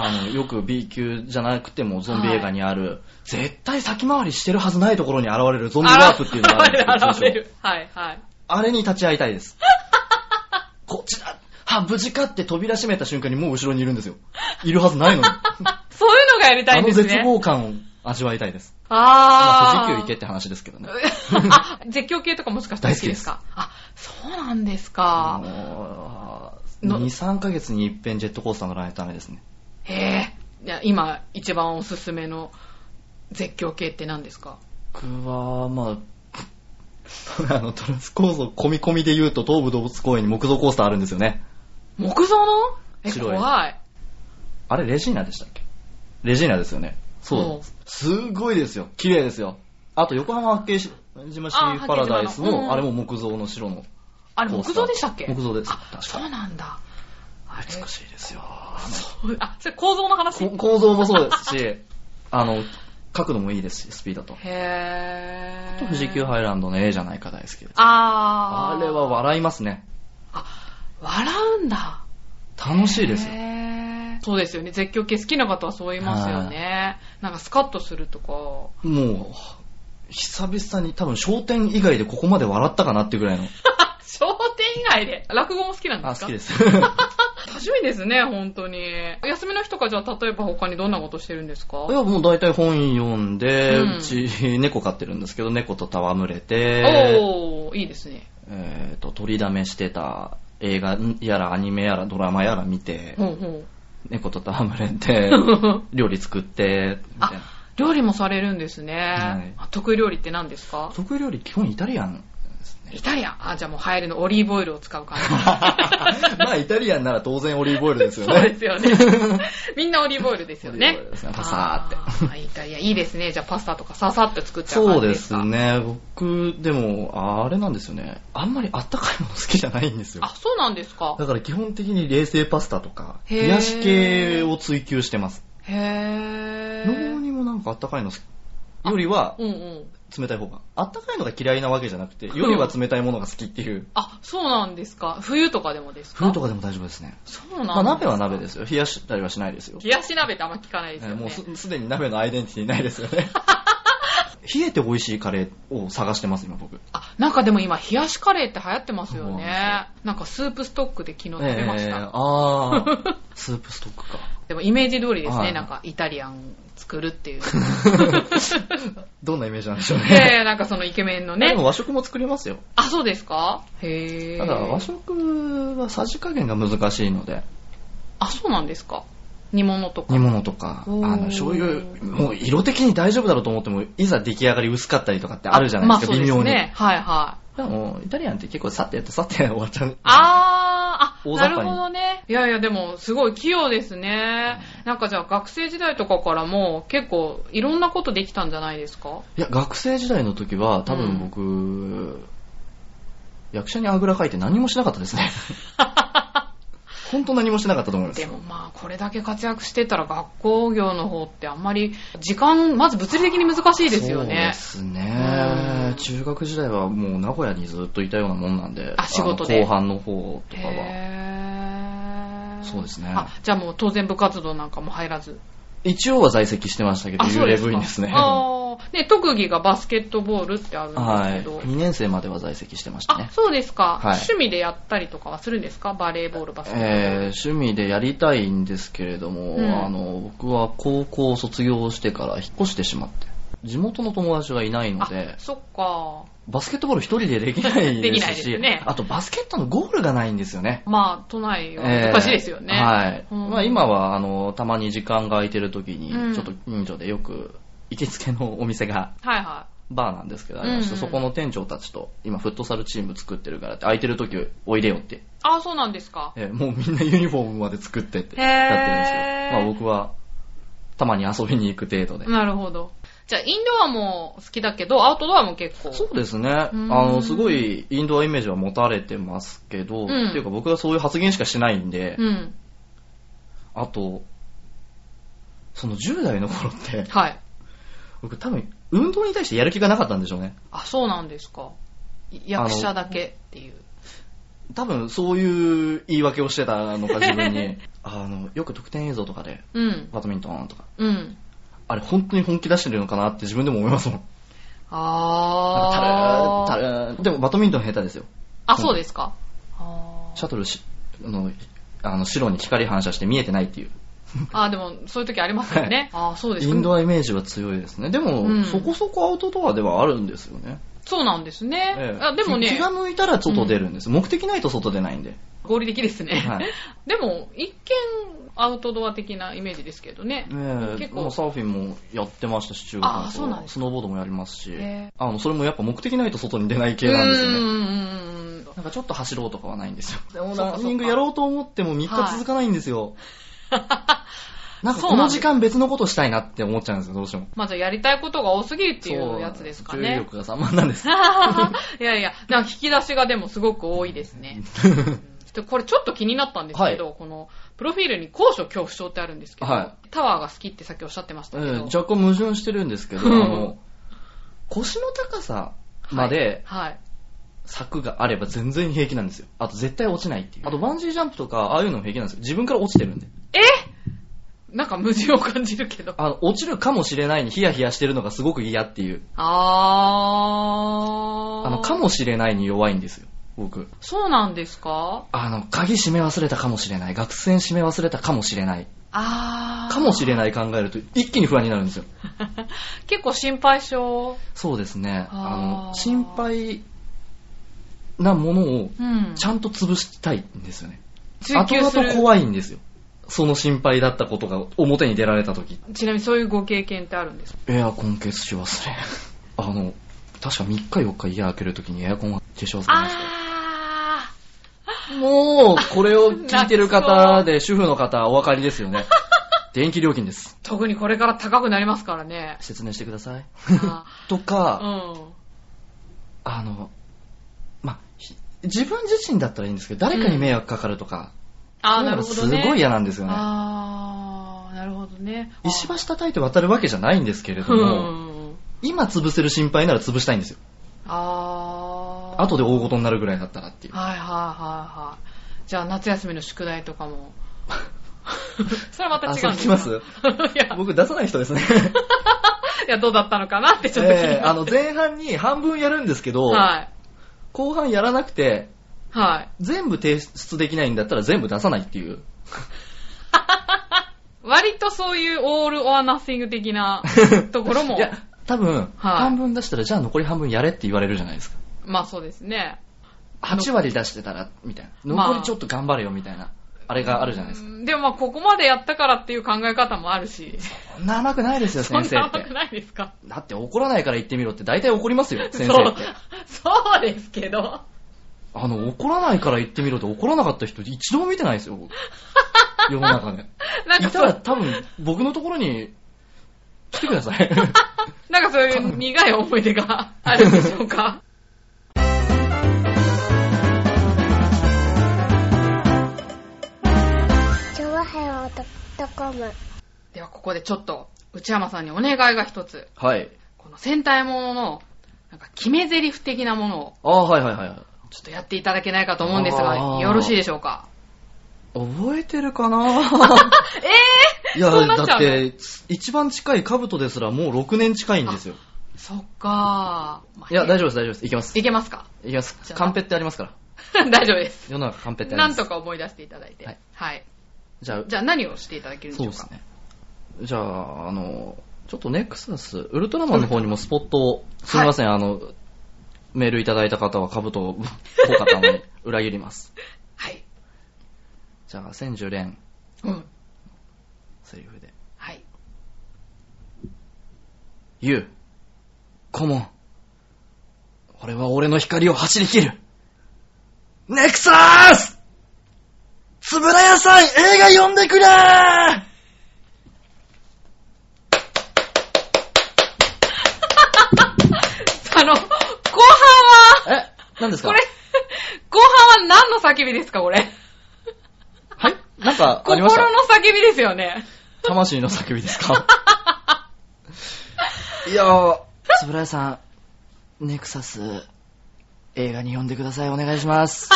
A: あの、よく B 級じゃなくてもゾンビ映画にある、絶対先回りしてるはずないところに現れるゾンビワープっていうのがあるんですよ
B: 現れ
A: 通称
B: る。はい、はい。
A: あれに立ち会いたいです。こっちだは、無事かって扉閉めた瞬間にもう後ろにいるんですよ。いるはずない のに。
B: そういうのがやりた
A: あ
B: いん
A: の
B: です
A: 絶
B: ね。
A: 望感を味わいたいです。まあ、
B: あ
A: 富士
B: ー。
A: 急行けって話ですけどね。
B: あ絶叫系とかもしかして好きですかあ、そうなんですか。
A: あ
B: の
A: の、2、3ヶ月に一遍ジェットコースター乗らないとダメですね。
B: へえ。いや今、一番おすすめの絶叫系って何ですか
A: 僕は、まあ、 あの、トラス構造、込み込みで言うと、東武動物公園に木造コースターあるんですよね。
B: 木造のえ、
A: 白い
B: 怖い。
A: あれ、レジーナでしたっけレジーナですよね。そう。すごいですよ。綺麗ですよ。あと、横浜八景島シーパラダイス
B: あ八景島のうん
A: も、あれも木造の城の。
B: あれ、木造でしたっけ
A: 木造です。
B: あ、
A: 確
B: そ
A: か
B: うなんだ。あれ、
A: 美しいですよ。
B: あ、それ構造の話
A: こ構造もそうですし、 あの、角度もいいですし、スピードと。
B: へ
A: あ
B: ぇ
A: と富士急ハイランドの A じゃないか大好きです。
B: あ
A: あ
B: ー。
A: れは笑いますね。
B: 笑うんだ。
A: 楽しいですよ。
B: へーそうですよね。絶叫系好きな方はそう言いますよね。なんかスカッとするとか。
A: もう、久々に多分商店以外でここまで笑ったかなってぐらいの。
B: 商店以外で落語も好きなんで
A: あ、
B: すか。
A: 好きですす。
B: 多趣味ですね、本当に。休みの日とかじゃあ、例えば他にどんなことしてるんですか
A: いや、もう大体本読んで、
B: うん
A: うち猫飼ってるんですけど、猫と戯れて、
B: おー、いいですね。
A: えっと、取りだめしてた映画やらアニメやらドラマやら見て、
B: ほうほ
A: 猫と戯れ て、
B: う。
A: 料理作って、みたいな。
B: 料理もされるんですね。
A: はい
B: あ得意料理って何ですか
A: 得意料理基本イタリアンですね
B: イ。タリアン。あ、じゃあもう流行りのオリーブオイルを使う 感じ。
A: まあイタリアンなら当然オリーブオイルですよ
B: そうで
A: ね。
B: すよね。みんなオリーブオイルですよ
A: オリーブオイ
B: ね
A: ルですね。パサ
B: ーって。イタリア、いいですね。じゃあパスタとかささっと作っちゃう
A: そ
B: 感
A: う
B: じ
A: で
B: です
A: す
B: か。
A: ね。僕、でも、あれなんですよね。あんまりあったかいもの好きじゃないんですよ
B: あ、。そうなんですか。
A: だから基本的に冷製パスタとか、
B: へー
A: 冷やし系を追求してます。
B: へぇ
A: 何にもなんかあったかいの好きよりは
B: うんうん。
A: 冷たい方が。あったかいのが嫌いなわけじゃなくて、よりは冷たいものが好きっていう。
B: あ、そうなんですか。冬とかでもですか
A: 冬とかでも大丈夫ですね。
B: そうなんですか。
A: まあ鍋は鍋ですよ。冷やしたりはしないですよ。
B: 冷やし鍋ってあんま聞かないですよね。
A: もうすすでに鍋のアイデンティティないですよ ね。冷えて美味しいカレーを探してます、今僕。
B: あ、なんかでも今、冷やしカレーって流行ってますよ
A: そうなんで
B: ね。なんかスープストックで昨日食べました。
A: えーあ ー、スープストックか。
B: でもイメージ通りです
A: は
B: ね。
A: い
B: なんかイタリアン作 るっていう。
A: どんなイメージなんでしょうね。
B: で、なんかそのイケメン の
A: で
B: ね
A: も。和食も作りますよ。
B: あ、そうですかへぇ
A: ただ和食はさじ加減が難しいので、
B: あ、そうなんですか煮物とか。
A: 煮物とか、あ
B: おー
A: の、醤油、もう色的に大丈夫だろうと思っても、いざ出来上がり薄かったりとかってあるじゃないですか、
B: まあ、そう
A: 微
B: です
A: 妙に。
B: ね。はいはい。
A: でも、イタリアンって結構さってやってさって終わっちゃう。
B: あー、あ、
A: 大雑
B: な
A: 把
B: る
A: に
B: ほどね。いやいや、でも、すごい器用ですね。なんかじゃあ、学生時代とかからも、結構、いろんなことできたんじゃないですか
A: いや、学生時代の時は、多分僕、役者にあぐらかいて何もしなかったです ね。本当何もしなかったと思います
B: で。もまあ、これだけ活躍してたら、学校業の方ってあんまり、時間、まず物理的に難しいですよね。
A: そうですね
B: うん。
A: 中学時代はもう名古屋にずっといたようなもんなんで、
B: あ仕事で
A: あの後半の方とかは。
B: へー
A: そうですね
B: あ、じゃあもう当然部活動なんかも入らず。
A: 一応は在籍してましたけど、
B: あ、そう
A: 幽霊
B: です
A: 部
B: か。
A: 員ですね。は
B: あーね、特技がバスケットボールってあるんですけ
A: い。
B: ど。
A: 2年生までは在籍してました
B: あ
A: ね、。
B: そうですか、
A: はい
B: 趣味でやったりとかはするんですかバレーボール、バスケットボール。
A: えー趣味でやりたいんですけれども、
B: うん
A: あの僕は高校を卒業してから引っ越してしまって地元の友達がいないので
B: あ、そっか。
A: バスケットボール一人でできない で
B: できない
A: す
B: で
A: し
B: すね
A: あとバスケットのゴールがないんですよね。
B: まあ、都内は
A: えー
B: 難しいですよね。
A: はい。
B: うん
A: まあ今は、あの、たまに時間が空いてる時
B: うん
A: に、ちょっと近所でよく、行きつけのお店が、
B: はいは
A: バーなんですけど、ありまして
B: うんうん
A: そこの店長たちと、今フットサルチーム作ってるからって、空いてる時おいでよって、
B: い。あ、そうなんですか。
A: えーもうみんなユニフォームまで作ってって、
B: へー
A: やってるんですよ。まあ僕は、たまに遊びに行く程度で。
B: なるほど。じゃあ、インドアも好きだけど、アウトドアも結構。
A: そうですね。あ
B: うん
A: の、すごいインドアイメージは持たれてますけど、
B: ん
A: っていうか僕はそういう発言しかしないんで、
B: うん。
A: あと、その10代の頃って、
B: はい。
A: 僕多分、運動に対してやる気がなかったんでしょうね。
B: あ、そうなんですか。い役者だけっていう。
A: 多分、そういう言い訳をしてたのか、自分に。 あの、よく特典映像とかで、
B: うん。
A: バドミントンとか、
B: うん。
A: あれ本当に本気出してるのかなって自分でも思いますもん。なんか
B: あー。
A: タルーン、タルーン。でもバドミントン下手ですよ。
B: あ、そうですか。あー
A: シャトルし、あの、あの白に光反射して見えてないっていう。
B: ああ、でも、そういう時ありますよね。ああ、そうです
A: イ
B: か
A: ンドアイメージは強いですね。でも、
B: うん
A: そこそこアウトドアではあるんですよね。
B: そうなんですね。
A: ええ
B: あでも
A: 気
B: ね
A: 気、が向いたら外出るんです。目的ないと外出ないんで。
B: 合理的ですね。
A: はい
B: でも、一見、アウトドア的なイメージですけどね。
A: ねえ
B: 結構
A: まあサーフィンもやってましたし、中
B: ああ
A: 学
B: そう
A: の
B: なん
A: 頃
B: ですか
A: スノーボードもやりますし、
B: へえ
A: あのそれもやっぱ目的ないと外に出ない系なんですよ
B: う
A: ね。
B: ーん。
A: なんかちょっと走ろうとかはないんですよ。で
B: そ
A: も
B: うか
A: ランニングやろうと思っても3日続かないんです よ。なんか
B: そ
A: こ
B: うなん
A: の
B: です
A: 時間別のことしたいなって思っちゃうんですよ、どうしても。
B: まずやりたいことが多すぎるってい
A: そうう
B: やつですか
A: 注意
B: ね。
A: 力が散漫なんです。
B: いやいや、なんか引き出しがでもすごく多いですね。でこれちょっと気になったんですけど、この、プロフィールに高所恐怖症ってあるんですけど、
A: は
B: タワーが好きってさっきおっしゃってました
A: え
B: けど、
A: え若干矛盾してるんですけど、あ
B: うん
A: の、腰の高さまで
B: はい。
A: 柵があれば全然平気なんですよ。あと絶対落ちないっていう。あとバンジージャンプとか、ああいうのも平気なんですよ。自分から落ちてるんで。
B: なんか矛盾を感じるけど。
A: あの、落ちるかもしれないにヒヤヒヤしてるのがすごく嫌っていう。
B: あー。
A: あの、かもしれないに弱いんですよ、僕。
B: そうなんですか
A: あの、鍵閉め忘れたかもしれない。学生閉め忘れたかもしれない。
B: あー。
A: かもしれ
B: い。
A: ない考えると一気に不安になるんですよ。
B: 結構心配性。
A: そうですね。あ
B: あー
A: の、心配なものを
B: うん。
A: ちゃんと潰したいんですよね。
B: 追
A: 後
B: 求す
A: 々
B: る。
A: 怖いんですよ。その心配だったことが表に出られた時。
B: ちなみにそういうご経験ってあるんですか
A: エアコン消し忘れ。 あの、確か3日4日家開ける時にエアコンは消し忘れました。
B: あ
A: もう、これを聞いてる方で、主婦の方、お分かりです よね。電気料金です。。
B: ー。特にこれから高くなりますからね
A: 説明してください。
B: あ
A: と
B: ー
A: か、
B: うん。
A: あの、ま、ひ自分自身だったらいいんですけど、誰かに迷惑かかるとか、そ
B: あー、
A: ういうの
B: なる
A: が
B: ほ
A: す
B: どね。
A: ごい嫌なんですよね。
B: あー、なるほどね。
A: 石橋叩いて渡るわけじゃないんですけれど
B: う
A: も、
B: ん。
A: 今潰せる心配なら潰したいんですよ。
B: あー。
A: 後で大事になるぐらいだったらっていう。
B: はいはいはいはい。じゃあ夏休みの宿題と かも。それはまた違うんですか
A: あそれ聞きます
B: いや、
A: 僕出さない人ですね。
B: いやどうだったのかなって ちょっと気にな
A: え
B: る
A: ーあの、前半に半分やるんですけど、
B: はい。
A: 後半やらなくて、
B: はい。
A: 全部提出できないんだったら全部出さないっていう。
B: 割とそういうオールオアナッシング 的なところも
A: い、や、多分、
B: はい
A: 半分出したら、じゃあ残り半分やれって言われるじゃないですか。
B: まあそうですね。
A: 8割出してたら、みたいな。
B: まあ
A: 残りちょっと頑張れよ、みたいな。あれがあるじゃないですか。
B: うんでもまあここまでやったからっていう考え方もあるし、
A: そんな甘くないですよ、
B: そん
A: 先生
B: な
A: っ
B: 甘く
A: て。
B: ないですか
A: だって怒らないから言ってみろって、大体怒りますよ、 先生
B: そう
A: って。。
B: そうですけど。
A: あの、怒らないから言ってみろって怒らなかった人一度も見てないですよ、 僕。世の中で。
B: なんか
A: い
B: そ
A: たら
B: う、
A: 多分、僕のところに来てくださ い。
B: なんかそういう苦い思い 出があるんでしょうか
C: チョワヘヨドットコム
B: ではここでちょっと内山さんにお願いが一つ。
A: はい。
B: この戦隊ものの、なんか決め台詞的なものを
A: ああ、はいはいはい。
B: ちょっとやっていただけないかと思うんですが、
A: あー
B: よろしいでしょうか
A: 覚えてるか なえいや、
B: そうなっち
A: だ
B: ゃ
A: っ
B: うの
A: て、一番近い兜ですらもう6年近いんですよ。
B: そっかー。まあ
A: いや、大丈夫
B: 丈
A: です、大丈夫です。いきます。
B: いけますか
A: いきま
B: じ
A: す。
B: ゃあ
A: カンペってありますから。
B: 大丈夫です。
A: 世の中カンペってあり
B: な
A: ま
B: ん
A: す。
B: とか思い出していただいて。は
A: はいい。じゃあ、
B: じゃあ何をしていただけるんで
A: そ
B: し
A: う
B: ょ
A: で
B: うか
A: すね。じゃあ、あの、ちょっとネクサス、ウルトラマンの方にもスポットを、すみません、あの、メールいただいた方は兜を、 お方に裏切ります。
B: はい。
A: じゃあ、千十連、
B: うん。
A: セリフで。
B: はい。
A: ユウ、コモン、俺は俺の光を走り切る。ネクサースつぶらやさん、映画読んでくれー
B: あの、後半は、
A: え、何ですか
B: これ、後半は何の叫びですかこれ。
A: はいなんか、あ
B: 心
A: り
B: の
A: ました
B: 叫びですよね。
A: 魂の叫びですかいやー、つぶらやさん、ネクサス、映画に呼んでください、お願いし ます。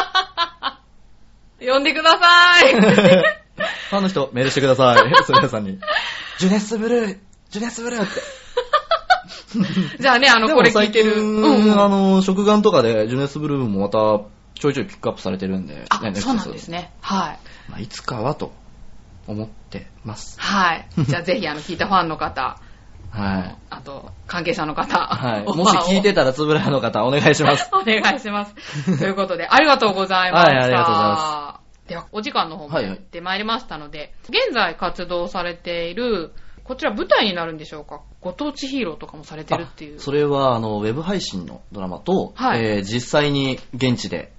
B: 呼んでください。
A: ファンの人、メールしてください、つぶらやさ んに。ジュネスブルー、ジュネスブルーって。
B: じゃあね、あの、
A: で
B: こ
A: も
B: れ聞い
A: 最
B: て
A: 近、
B: る。うんうん
A: あの、食玩とかで、ジュネスブルーもまた、ちょいちょいピックアップされてるんで、
B: あ、
A: ね
B: そうなんです。ね。はい。
A: Nexus まあ、いつかはと思ってます。
B: はい。じゃあぜひ、あの、聞いたファンの方、
A: はい。
B: あと、関係者の方、
A: はい。
B: オファーを
A: もし聞いてたら、つぶらやの方、お願いし ます。
B: お願いし ます。ということで、ありがとうございました。
A: はいありがとうござい
B: す。では、お時間の方も
A: はいは
B: や
A: い
B: ってまいりましたので、現在活動されている、こちら舞台になるんでしょうかご当地ヒーローとかもされてるっていう。
A: あそれは、あの、ウェブ配信のドラマと、
B: はい
A: えー実際に現地で、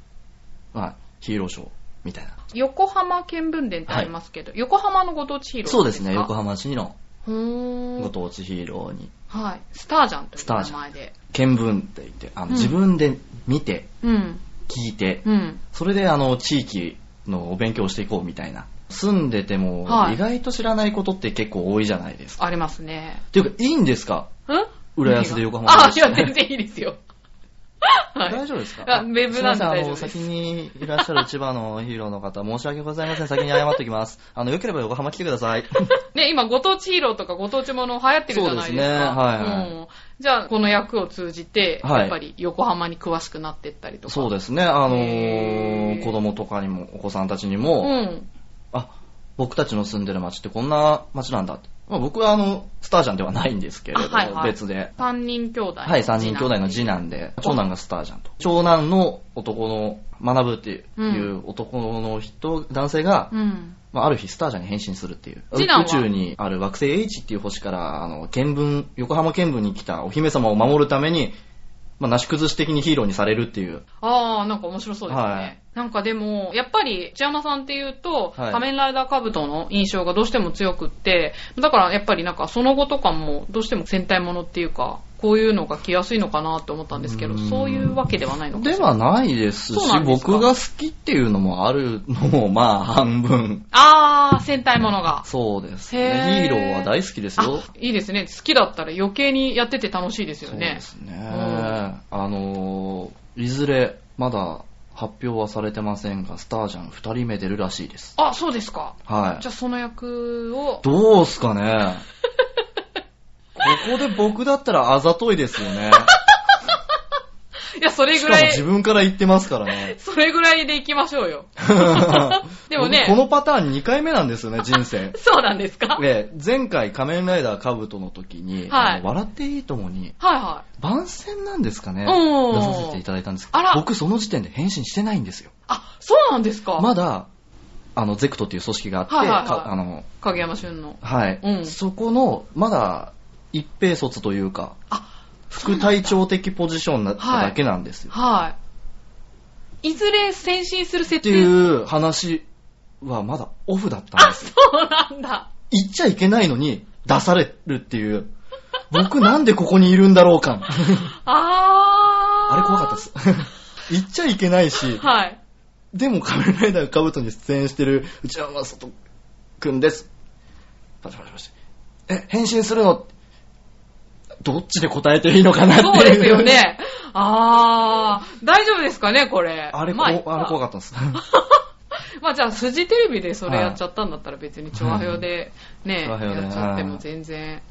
A: まあ、ヒーローショーみたいな。
B: 横浜見聞伝ってありますけど、横浜のご当地ヒーロー
A: そうですね、横
B: 浜。
A: 浜市の
B: ほーん
A: ご当地ヒーローに、
B: はい。スタージャンとい
A: スター
B: う名
A: ジャン
B: 前で。
A: 見聞って言って、あの
B: うん
A: 自分で見て、
B: うん。
A: 聞いて、
B: うん。
A: それで、あの、地域のお勉強をしていこうみたいな。住んでても
B: は、い
A: 意外と知らないことって結構多いじゃないですか。
B: ありますね。
A: っていうか、いいんですか
B: うん
A: 浦安で横浜
B: あ、い
A: で
B: や、全然いいですよ。はい。
A: 大丈夫ですか
B: あウェブな
A: いま
B: んです
A: せあ
B: 大丈夫で
A: の、
B: す
A: 先にいらっしゃる千葉のヒーローの方、申し訳ございません。先に謝っておきます。あの、良ければ横浜来てくだ さい。
B: ね、今、ご当地ヒーローとかご当地もの流行ってるじゃないですか。
A: そうですねはいはい
B: うん。じゃあ、この役を通じて、
A: はい
B: やっぱり横浜に詳しくなってったりとか。
A: そう
B: で
A: ですね。あの
B: へー
A: ー、子供とかにも、お子さんたちに
B: す
A: も、
B: うん。
A: あ、僕たちの住んでる町ってこんな町なんだって。まあ、僕はあの、スタージャンではないんですけれど
B: あはいは
A: も、
B: い
A: 別で。
B: 三人兄弟。
A: はい、三人兄弟の次。男で、長男がスタージャンと。長男の男の、学ぶっていう男の人、男性が、
B: うん。
A: まあ、ある日スタージャに変身するっていう。
B: 次男は
A: 宇宙にある惑星 H っていう星から、あの、見聞、横浜見聞に来たお姫様を守るために、まあ、なし崩し的にヒーローにされるっていう。
B: ああ、なんか面白そうですね。
A: はい
B: なんかでも、やっぱり、内山さんっていうと、
A: はい
B: 仮面ライダーカブトの印象がどうしても強くって、だからやっぱりなんかその後とかも、どうしても戦隊ものっていうか、こういうのが来やすいのかなと思ったんですけど、
A: うん
B: そういうわけではないのかしら
A: ではないですし
B: そうなんですか
A: 僕が好きっていうのもあるのも、まあ、半分。
B: ああ、戦隊ものが。
A: そうです
B: へー
A: ね。ヒーローは大好きですよ
B: あ。、いいですね。好きだったら余計にやってて楽しいですよ
A: そう
B: ね
A: で。すね。あのー、いずれ、まだ発表はされてませんが、スタージャン2人目出るらしいです。
B: あ、そうですか。
A: はい。
B: じゃあその役を、
A: どうすか ねここで僕だったらあざといですよね。
B: いや、それ
A: し
B: ぐ
A: からも自
B: い、。
A: 分から言ってますからね
B: それぐらいでいきましょう よ。 でもね。
A: 僕このパターン2回目なんですよね、人生
B: そうなんですか、
A: で前回仮面ライダーカブトの時に、
B: は
A: あ
B: い
A: の笑っていいともに、
B: はいはい。
A: 番宣なんですかね、
B: おー
A: 出させていただいたんですけど
B: あら、
A: 僕その時点で変身してないんですよ。
B: あ、そうなんですか、
A: まだ、あの、ゼクトっていう組織があって、
B: はいはいはい
A: かあの、
B: 影山俊の。
A: はい、
B: うん
A: そこの、まだ、一平卒というか、
B: あ、
A: 副隊長的ポジションだっ
B: は
A: た
B: い
A: だけなんですよ。
B: はい。いずれ先進する設
A: って
B: 定。
A: いう話はまだオフだったん
B: あ、
A: ですよ。
B: そうなんだ。
A: 言っちゃいけないのに出されるっていう。僕なんでここにいるんだろう か。
B: あー。
A: あれ怖かった で。す。言っちゃいけないし、
B: はい。
A: でも仮面ライダーカブトに出演してる内山雅人くんです。パシパシパシ。え、変身するのどっちで答えていいのかなっていう。
B: そうです よ。ね。あー。大丈夫ですかね、これ。
A: あれ、
B: ま
A: こあ
B: い
A: れ
B: っか
A: 怖かった です。
B: まあじゃあ、筋テレビでそれやっちゃったんだったら別に調和表でね、
A: 調和表で
B: やっちゃっても全然。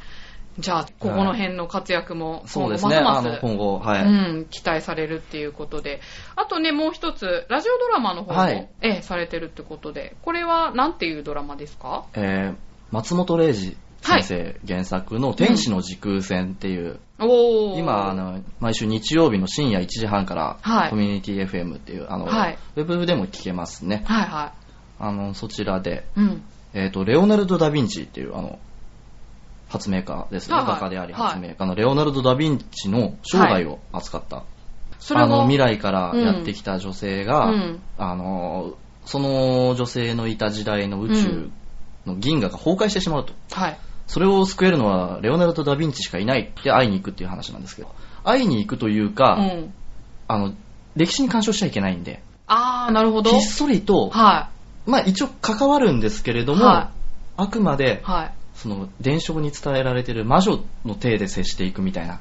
B: じゃあ、ここの辺の活躍も、
A: そうです
B: 今後
A: ね。あ
B: ます
A: の、
B: ます、
A: 今後、はい。
B: うん、期待されるっていうことで。あとね、もう一つ、ラジオドラマの方も、
A: はい
B: ええ、されてるってことで、これはなんていうドラマですか
A: えー松本零士先生原作の「天使の時空戦」っていう、
B: おー。
A: 今あ、の毎週日曜日の深夜1時半から、
B: はい
A: コミュニティ FM っていうあの、
B: はい
A: ウェブでも聞けますね
B: はいは
A: あのそちらで、
B: い。うん。
A: えー、とレオナルド・ダ・ヴィンチっていうあの発明家ですね、
B: はいはい
A: 画家であり発明家のレオナルド・ダ・ヴィンチの生涯を扱った、
B: それは
A: あの未来からやってきた女性が、
B: うん。
A: あのその女性のいた時代の宇宙の銀河が崩壊してしまうと。
B: はい。
A: それを救えるのはレオナルド・ダ・ヴィンチしかいないって会いに行くっていう話なんですけど会いに行くというか、
B: うん。
A: あの歴史に干渉しちゃいけないんで
B: あー、なるほど。
A: ひっそりと、
B: は
A: まあ、一応関わるんですけれども、
B: は
A: あくま
B: い。
A: で
B: はい。
A: その伝承に伝えられてる魔女の体で接していくみたいな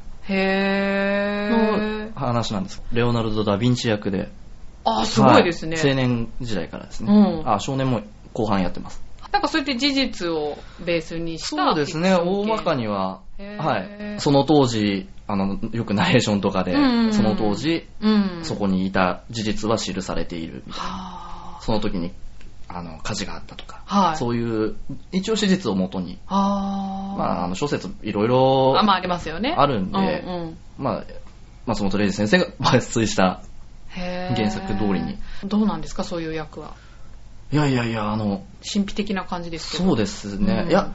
B: へー
A: の。話なんですレオナルド・ダ・ヴィンチ役で
B: あー、すごいですね。
A: は青年時代からですね、
B: うん
A: あ少年も後半やってます
B: なんかそうやって事実をベースにした
A: そうですね大まか
B: に。
A: には、
B: へー
A: はい、その当時ああの、よくナレーションとかで、
B: うんうんうん
A: その当時、
B: うん。
A: そこにいた事実は記されている。
B: はあ。
A: その時に、あの、火事があったとか、
B: はい。
A: そういう、一応史実をもとに、
B: あー
A: まあ、あの、諸説いろいろ
B: あ、まあありますよね。
A: あるんで、
B: うんうん、
A: まあ、松本零士先生が 抜粋した。
B: へー
A: 原作通りに。
B: どうなんですか、そういう役は。
A: いやいやいや、あの、
B: 神秘的な感じですけど。
A: そうですね。
B: うん
A: いや、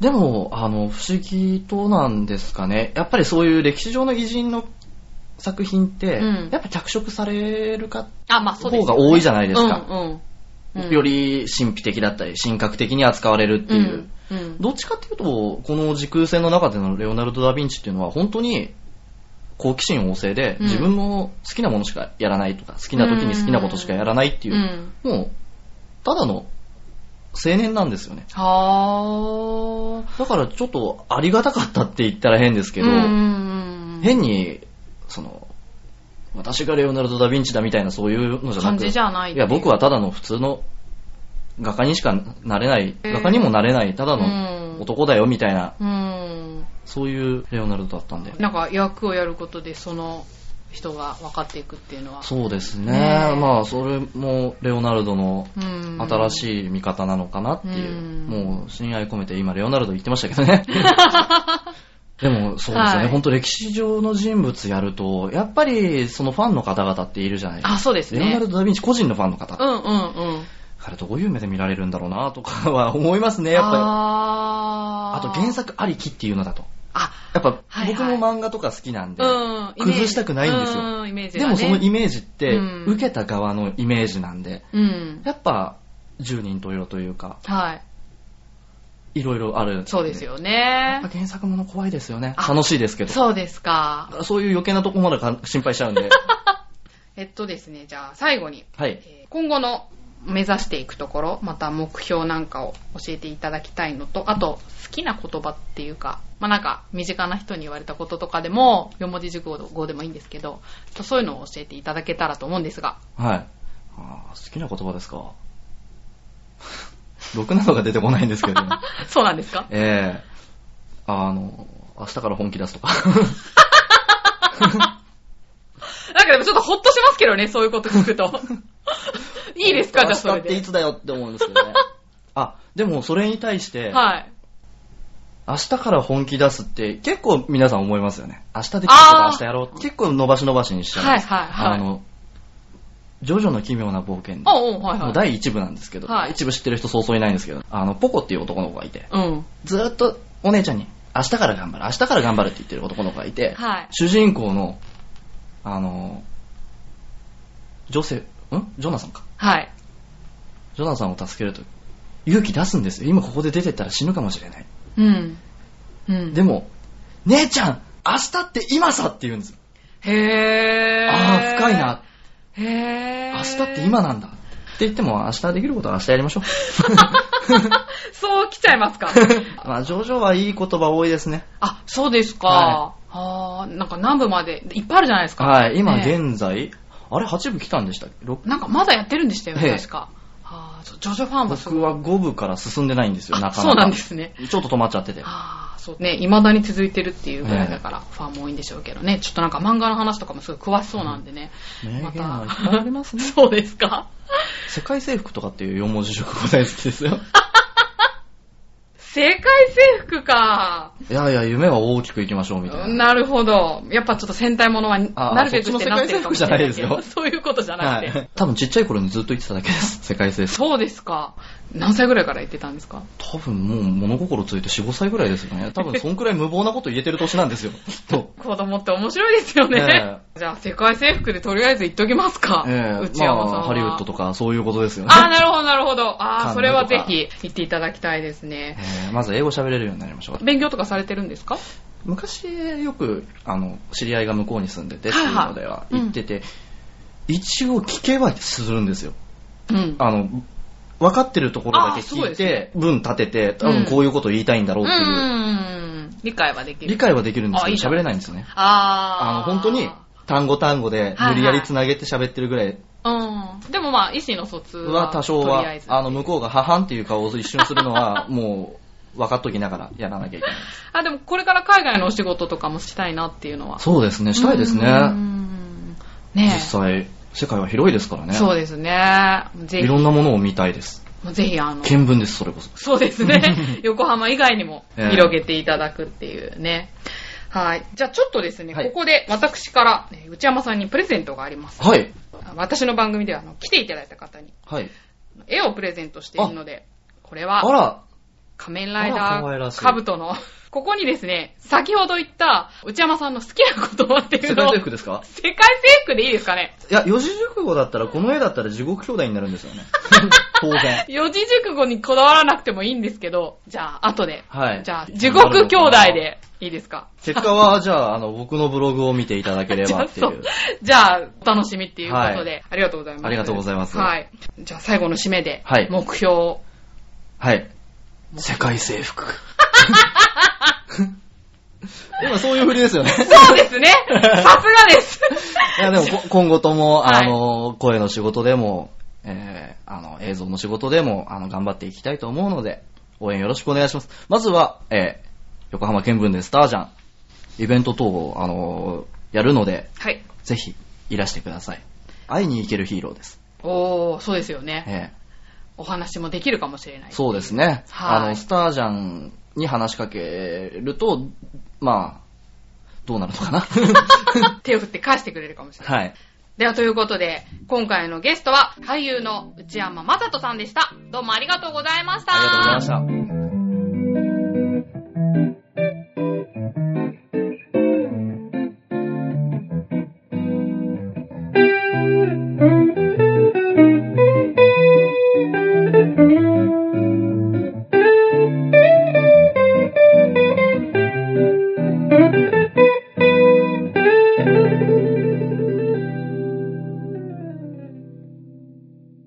A: でも、あの、不思議となんですかね。やっぱりそういう歴史上の偉人の作品って、
B: うん
A: やっぱ脚色される方
B: あ、まあそうです、
A: が多いじゃ
B: な
A: ないですか。
B: うんうん。
A: より神秘的だったり、神格的に扱われるっていう。
B: うん。うん
A: どっちかっていうと、この時空線の中でのレオナルド・ダ・ヴィンチっていうのは、本当に好奇心旺盛で、
B: うん
A: 自分の好きなものしかやらないとか、好きな時に好きなことしかやらないっていうう、
B: ん。
A: もう、ただの青年なんですよね。
B: は
A: だからちょっとありがたかったって言ったら変です
B: ー
A: けど、
B: うんうんうん
A: 変に、その、私がレオナルド・ダ・ヴィンチだみたいなそういうのじゃな
B: 感
A: く
B: じじゃない。
A: いや、僕はただの普通の画家にしかなれない、
B: うん
A: 画家にもなれない、ただの
B: の。
A: 男だよみたいな、
B: うん。
A: そういうレオナルドだったんで。
B: なんか役をやることで、その人が分かっていくっていうのは。
A: そうですね。
B: ねえ
A: まあ、それもレオナルドの
B: うん。
A: 新しい見方なのかなっていう。
B: うん
A: もう、親愛込めて今、レオナルド言ってましたけど ね。でも、そうですよね。
B: はい
A: 本当歴史上の人物やると、やっぱり、そのファンの方々っているじゃないですか。
B: あ、そうです
A: レオナ
B: ね
A: ル。ド・ダ・ヴィンチ個人のファンの方。
B: うんうんうん。
A: からどういう目で見られるんだろうなとかは思いますね、やっぱり。
B: あ
A: あと原作ありきっていうのだと。
B: ー。あ、
A: やっぱ
B: はいはい
A: 僕も漫画とか好きなんで、
B: うん。
A: 崩したくないんですよ
B: うん、イメー
A: で
B: ジが
A: も
B: ね
A: そのイメージって
B: うん、
A: 受けた側のイメージなんで、
B: うん。
A: やっぱ、十人十色というか、
B: はい。
A: いろいろある。
B: そうです。よ
A: やっぱ
B: ね。
A: 原作もの怖いですよね。
B: あ
A: 楽しいですけど。
B: そうですか。
A: そういう余計なとこまでか心配しちゃうん で。
B: えっとですね、じゃあ最後に、
A: はい。
B: えー今後の目指していくところ、また目標なんかを教えていただきたいのと、あと、好きな言葉っていうか、まあ、なんか、身近な人に言われたこととかでも、四文字熟語でもいいんですけど、ちょっとそういうのを教えていただけたらと思うんで すが。
A: はい。あー好きな言葉ですか。 ろくなのが出てこないんですけ ど、
B: そうなんですか
A: ええあの、明日から本気出すと か。
B: なんかでもちょっとほっとしますけどね、そういうこと聞く と。いいですか、じゃあそ
A: 明日
B: れ
A: ってい
B: で。
A: つだよって思うんですけどね。あ、でもそれに対 して、
B: はい。
A: 明日から本気出すって結構皆さん思いますよね。明日できること
B: あー
A: 明日やろう。結構伸ばし伸ばしにしちゃうんです
B: はいはいはい。
A: あの、ジョジョの奇妙な冒険の
B: おうおうはいはい。
A: 第1部なんですけど、
B: はい
A: 一部知ってる人そうそういないんですけど、あの、ポコっていう男の子がいて、
B: うん。
A: ずーっとお姉ちゃんに、明日から頑張る、明日から頑張るって言ってる男の子がいて、
B: はい。
A: 主人公の、あの、ジョセ、んジョナさんか。
B: はい。
A: ジョナさんを助けると、勇気出すんですよ。今ここで出てったら死ぬかもしれない。
B: うん。うん。
A: でも、姉ちゃん、明日って今さって言うんですよ。
B: へー。
A: ああ、深い。な。
B: へー。
A: 明日って今なんだ。って言っても、明日できることは明日やりましょう。
B: そう来ちゃいますか
A: まあ、ジョジョはいい言葉多いですね。
B: あ、そうですか
A: は。
B: あー、なんか南部まで、いっぱいあるじゃないですか。
A: はい、今
B: ね
A: 現在、あれ、8部来たんでしたっけ六
B: なんかまだやってるんでしたよ
A: え
B: ね、
A: え
B: 確か。あー、そうジョジョファンはすごい
A: 僕は5部から進んでないんですよ、な
B: あ
A: かなか。
B: そうなんですね。
A: ちょっと止まっちゃってて。
B: あーそうね、未だに続いてるっていうぐらいだから、ファンも多いんでしょうけどね、ちょっとなんか漫画の話とかもすごい詳しそうなんでね、
A: 名
B: ま、。
A: 言はいったぱいありますね
B: そうですか
A: 世界征服とかっていう四文字熟語大好きです よ。
B: 世界征服か。
A: いやいや、夢は大きくいきましょうみたいな。
B: なるほど。やっぱちょっと戦隊ものは
A: あ
B: なるべくしてなってるかもしれないけ
A: そ
B: ど。
A: っちの世界征服じゃないですよ
B: そういうことじゃなくて。
A: はい。多分ちっちゃい頃にずっと言ってただけです、世界征服。
B: そうですか。何歳ぐらいから言ってたんですか
A: 多分もう物心ついて4、5歳ぐらいですよね。多分そんくらい無謀なこと言えてる年なん ですよ、きっと。
B: 子供って面白いですよね。じゃあ世界征服でとりあえず言っときますか。
A: ええ
B: 内山さんは、
A: まあ、ハリウッドとかそういうことですよね。
B: ああ、なるほど、なるほど。あ
A: カンヌと
B: あ、
A: か
B: それはぜひ言っていただきたいですね。
A: えーまず英語喋れるようになりましょう。
B: 勉強とかされてるんですか
A: 昔よくあの知り合いが向こうに住んでてっていうのでは
B: はいはい
A: 行ってて、一応聞けばするんですよ。
B: うん。
A: あの分かってるところだけ
B: あすご
A: 聞
B: いで
A: い
B: すね
A: て、文立てて、多分こういうことを言いたいんだろう
B: う
A: っていう、
B: ん。理解はできる。
A: 理解はできるんですけ
B: あい
A: ど、
B: いじゃん
A: 喋れないんですよね。あの
B: ああ。
A: 本当に単語単語で
B: はい
A: 無理やりつなげて喋ってるぐらい
B: うん。でもまあ、意思の疎通は。
A: は多少
B: とりあ
A: は
B: えず、
A: あの向こうがははんっていう顔を一瞬するのは、もう分かっときながらやらなきゃいけない。
B: あ、でもこれから海外のお仕事とかもしたいなっていうのは。
A: そうですね、したいです
B: うー
A: ね。
B: ん
A: 実
B: ね
A: 際、世界は広いですから
B: え。
A: ね。
B: そうですね。ぜ
A: い
B: ひ、
A: ろ
B: も
A: んなものを見たいです。
B: うぜひあの、
A: 見聞です、それこそ。
B: そうで すね。横浜以外にも
A: ええ
B: 広げていただくっていうね。はい。じゃあちょっとですね、
A: はい
B: ここで私から、ね内山さんにプレゼントがあります。
A: はい。
B: 私の番組ではあの来ていただいた方に
A: はい。
B: 絵をプレゼントしているので、これは
A: あら、
B: 仮面ライ
A: あら可愛ら
B: ダ
A: し
B: ー
A: い
B: カブトの、 ここにですね、先ほど言った内山さんの好きな言葉ってい
A: 世
B: う
A: 界
B: のを、
A: 征服ですか
B: 世界征服でいいですかね
A: いや、四字熟語だったら、この絵だったら地獄兄弟になるんですよ ね。当然。
B: 四字熟語にこだわらなくてもいいんですけど、じゃあ後で。
A: はい。
B: じゃあ、地獄兄弟でいいですか
A: 結果は、じゃあ、あの、僕のブログを見ていただけれ
B: じゃ
A: ば
B: あ、
A: ってい
B: そうう。。じゃあ、お楽しみっていうことで、
A: は
B: ありがとうございます。
A: ありがとうございます
B: はい。じゃあ、最後の締めで、
A: はい
B: 目標を
A: はい。世界征服。 今そういうふりですよね。
B: そうで すねさすがです
A: いや、でもこ、今後とも、
B: は
A: あ
B: い
A: の、声の仕事でも、えー、あの、映像の仕事でも、あの、頑張っていきたいと思うので、応援よろしくお願いします。まずは、えー、横浜見聞でスタージャン、イベント等を、あの、やるので、
B: はい。
A: ぜひ、いらしてください。会いに行けるヒーローです。
B: おー、そうですよ
A: え
B: ね。お話もできるかもしれない。
A: ー、そうですね。
B: はい
A: あの、スタージャンに話しかけると、まあ、どうなるの かな
B: 手を振って返してくれるかもしれない。
A: はい。
B: では、ということで、今回のゲストは、俳優の内山雅人さんでした。どうもありがとうございました。
A: ありがとうございました。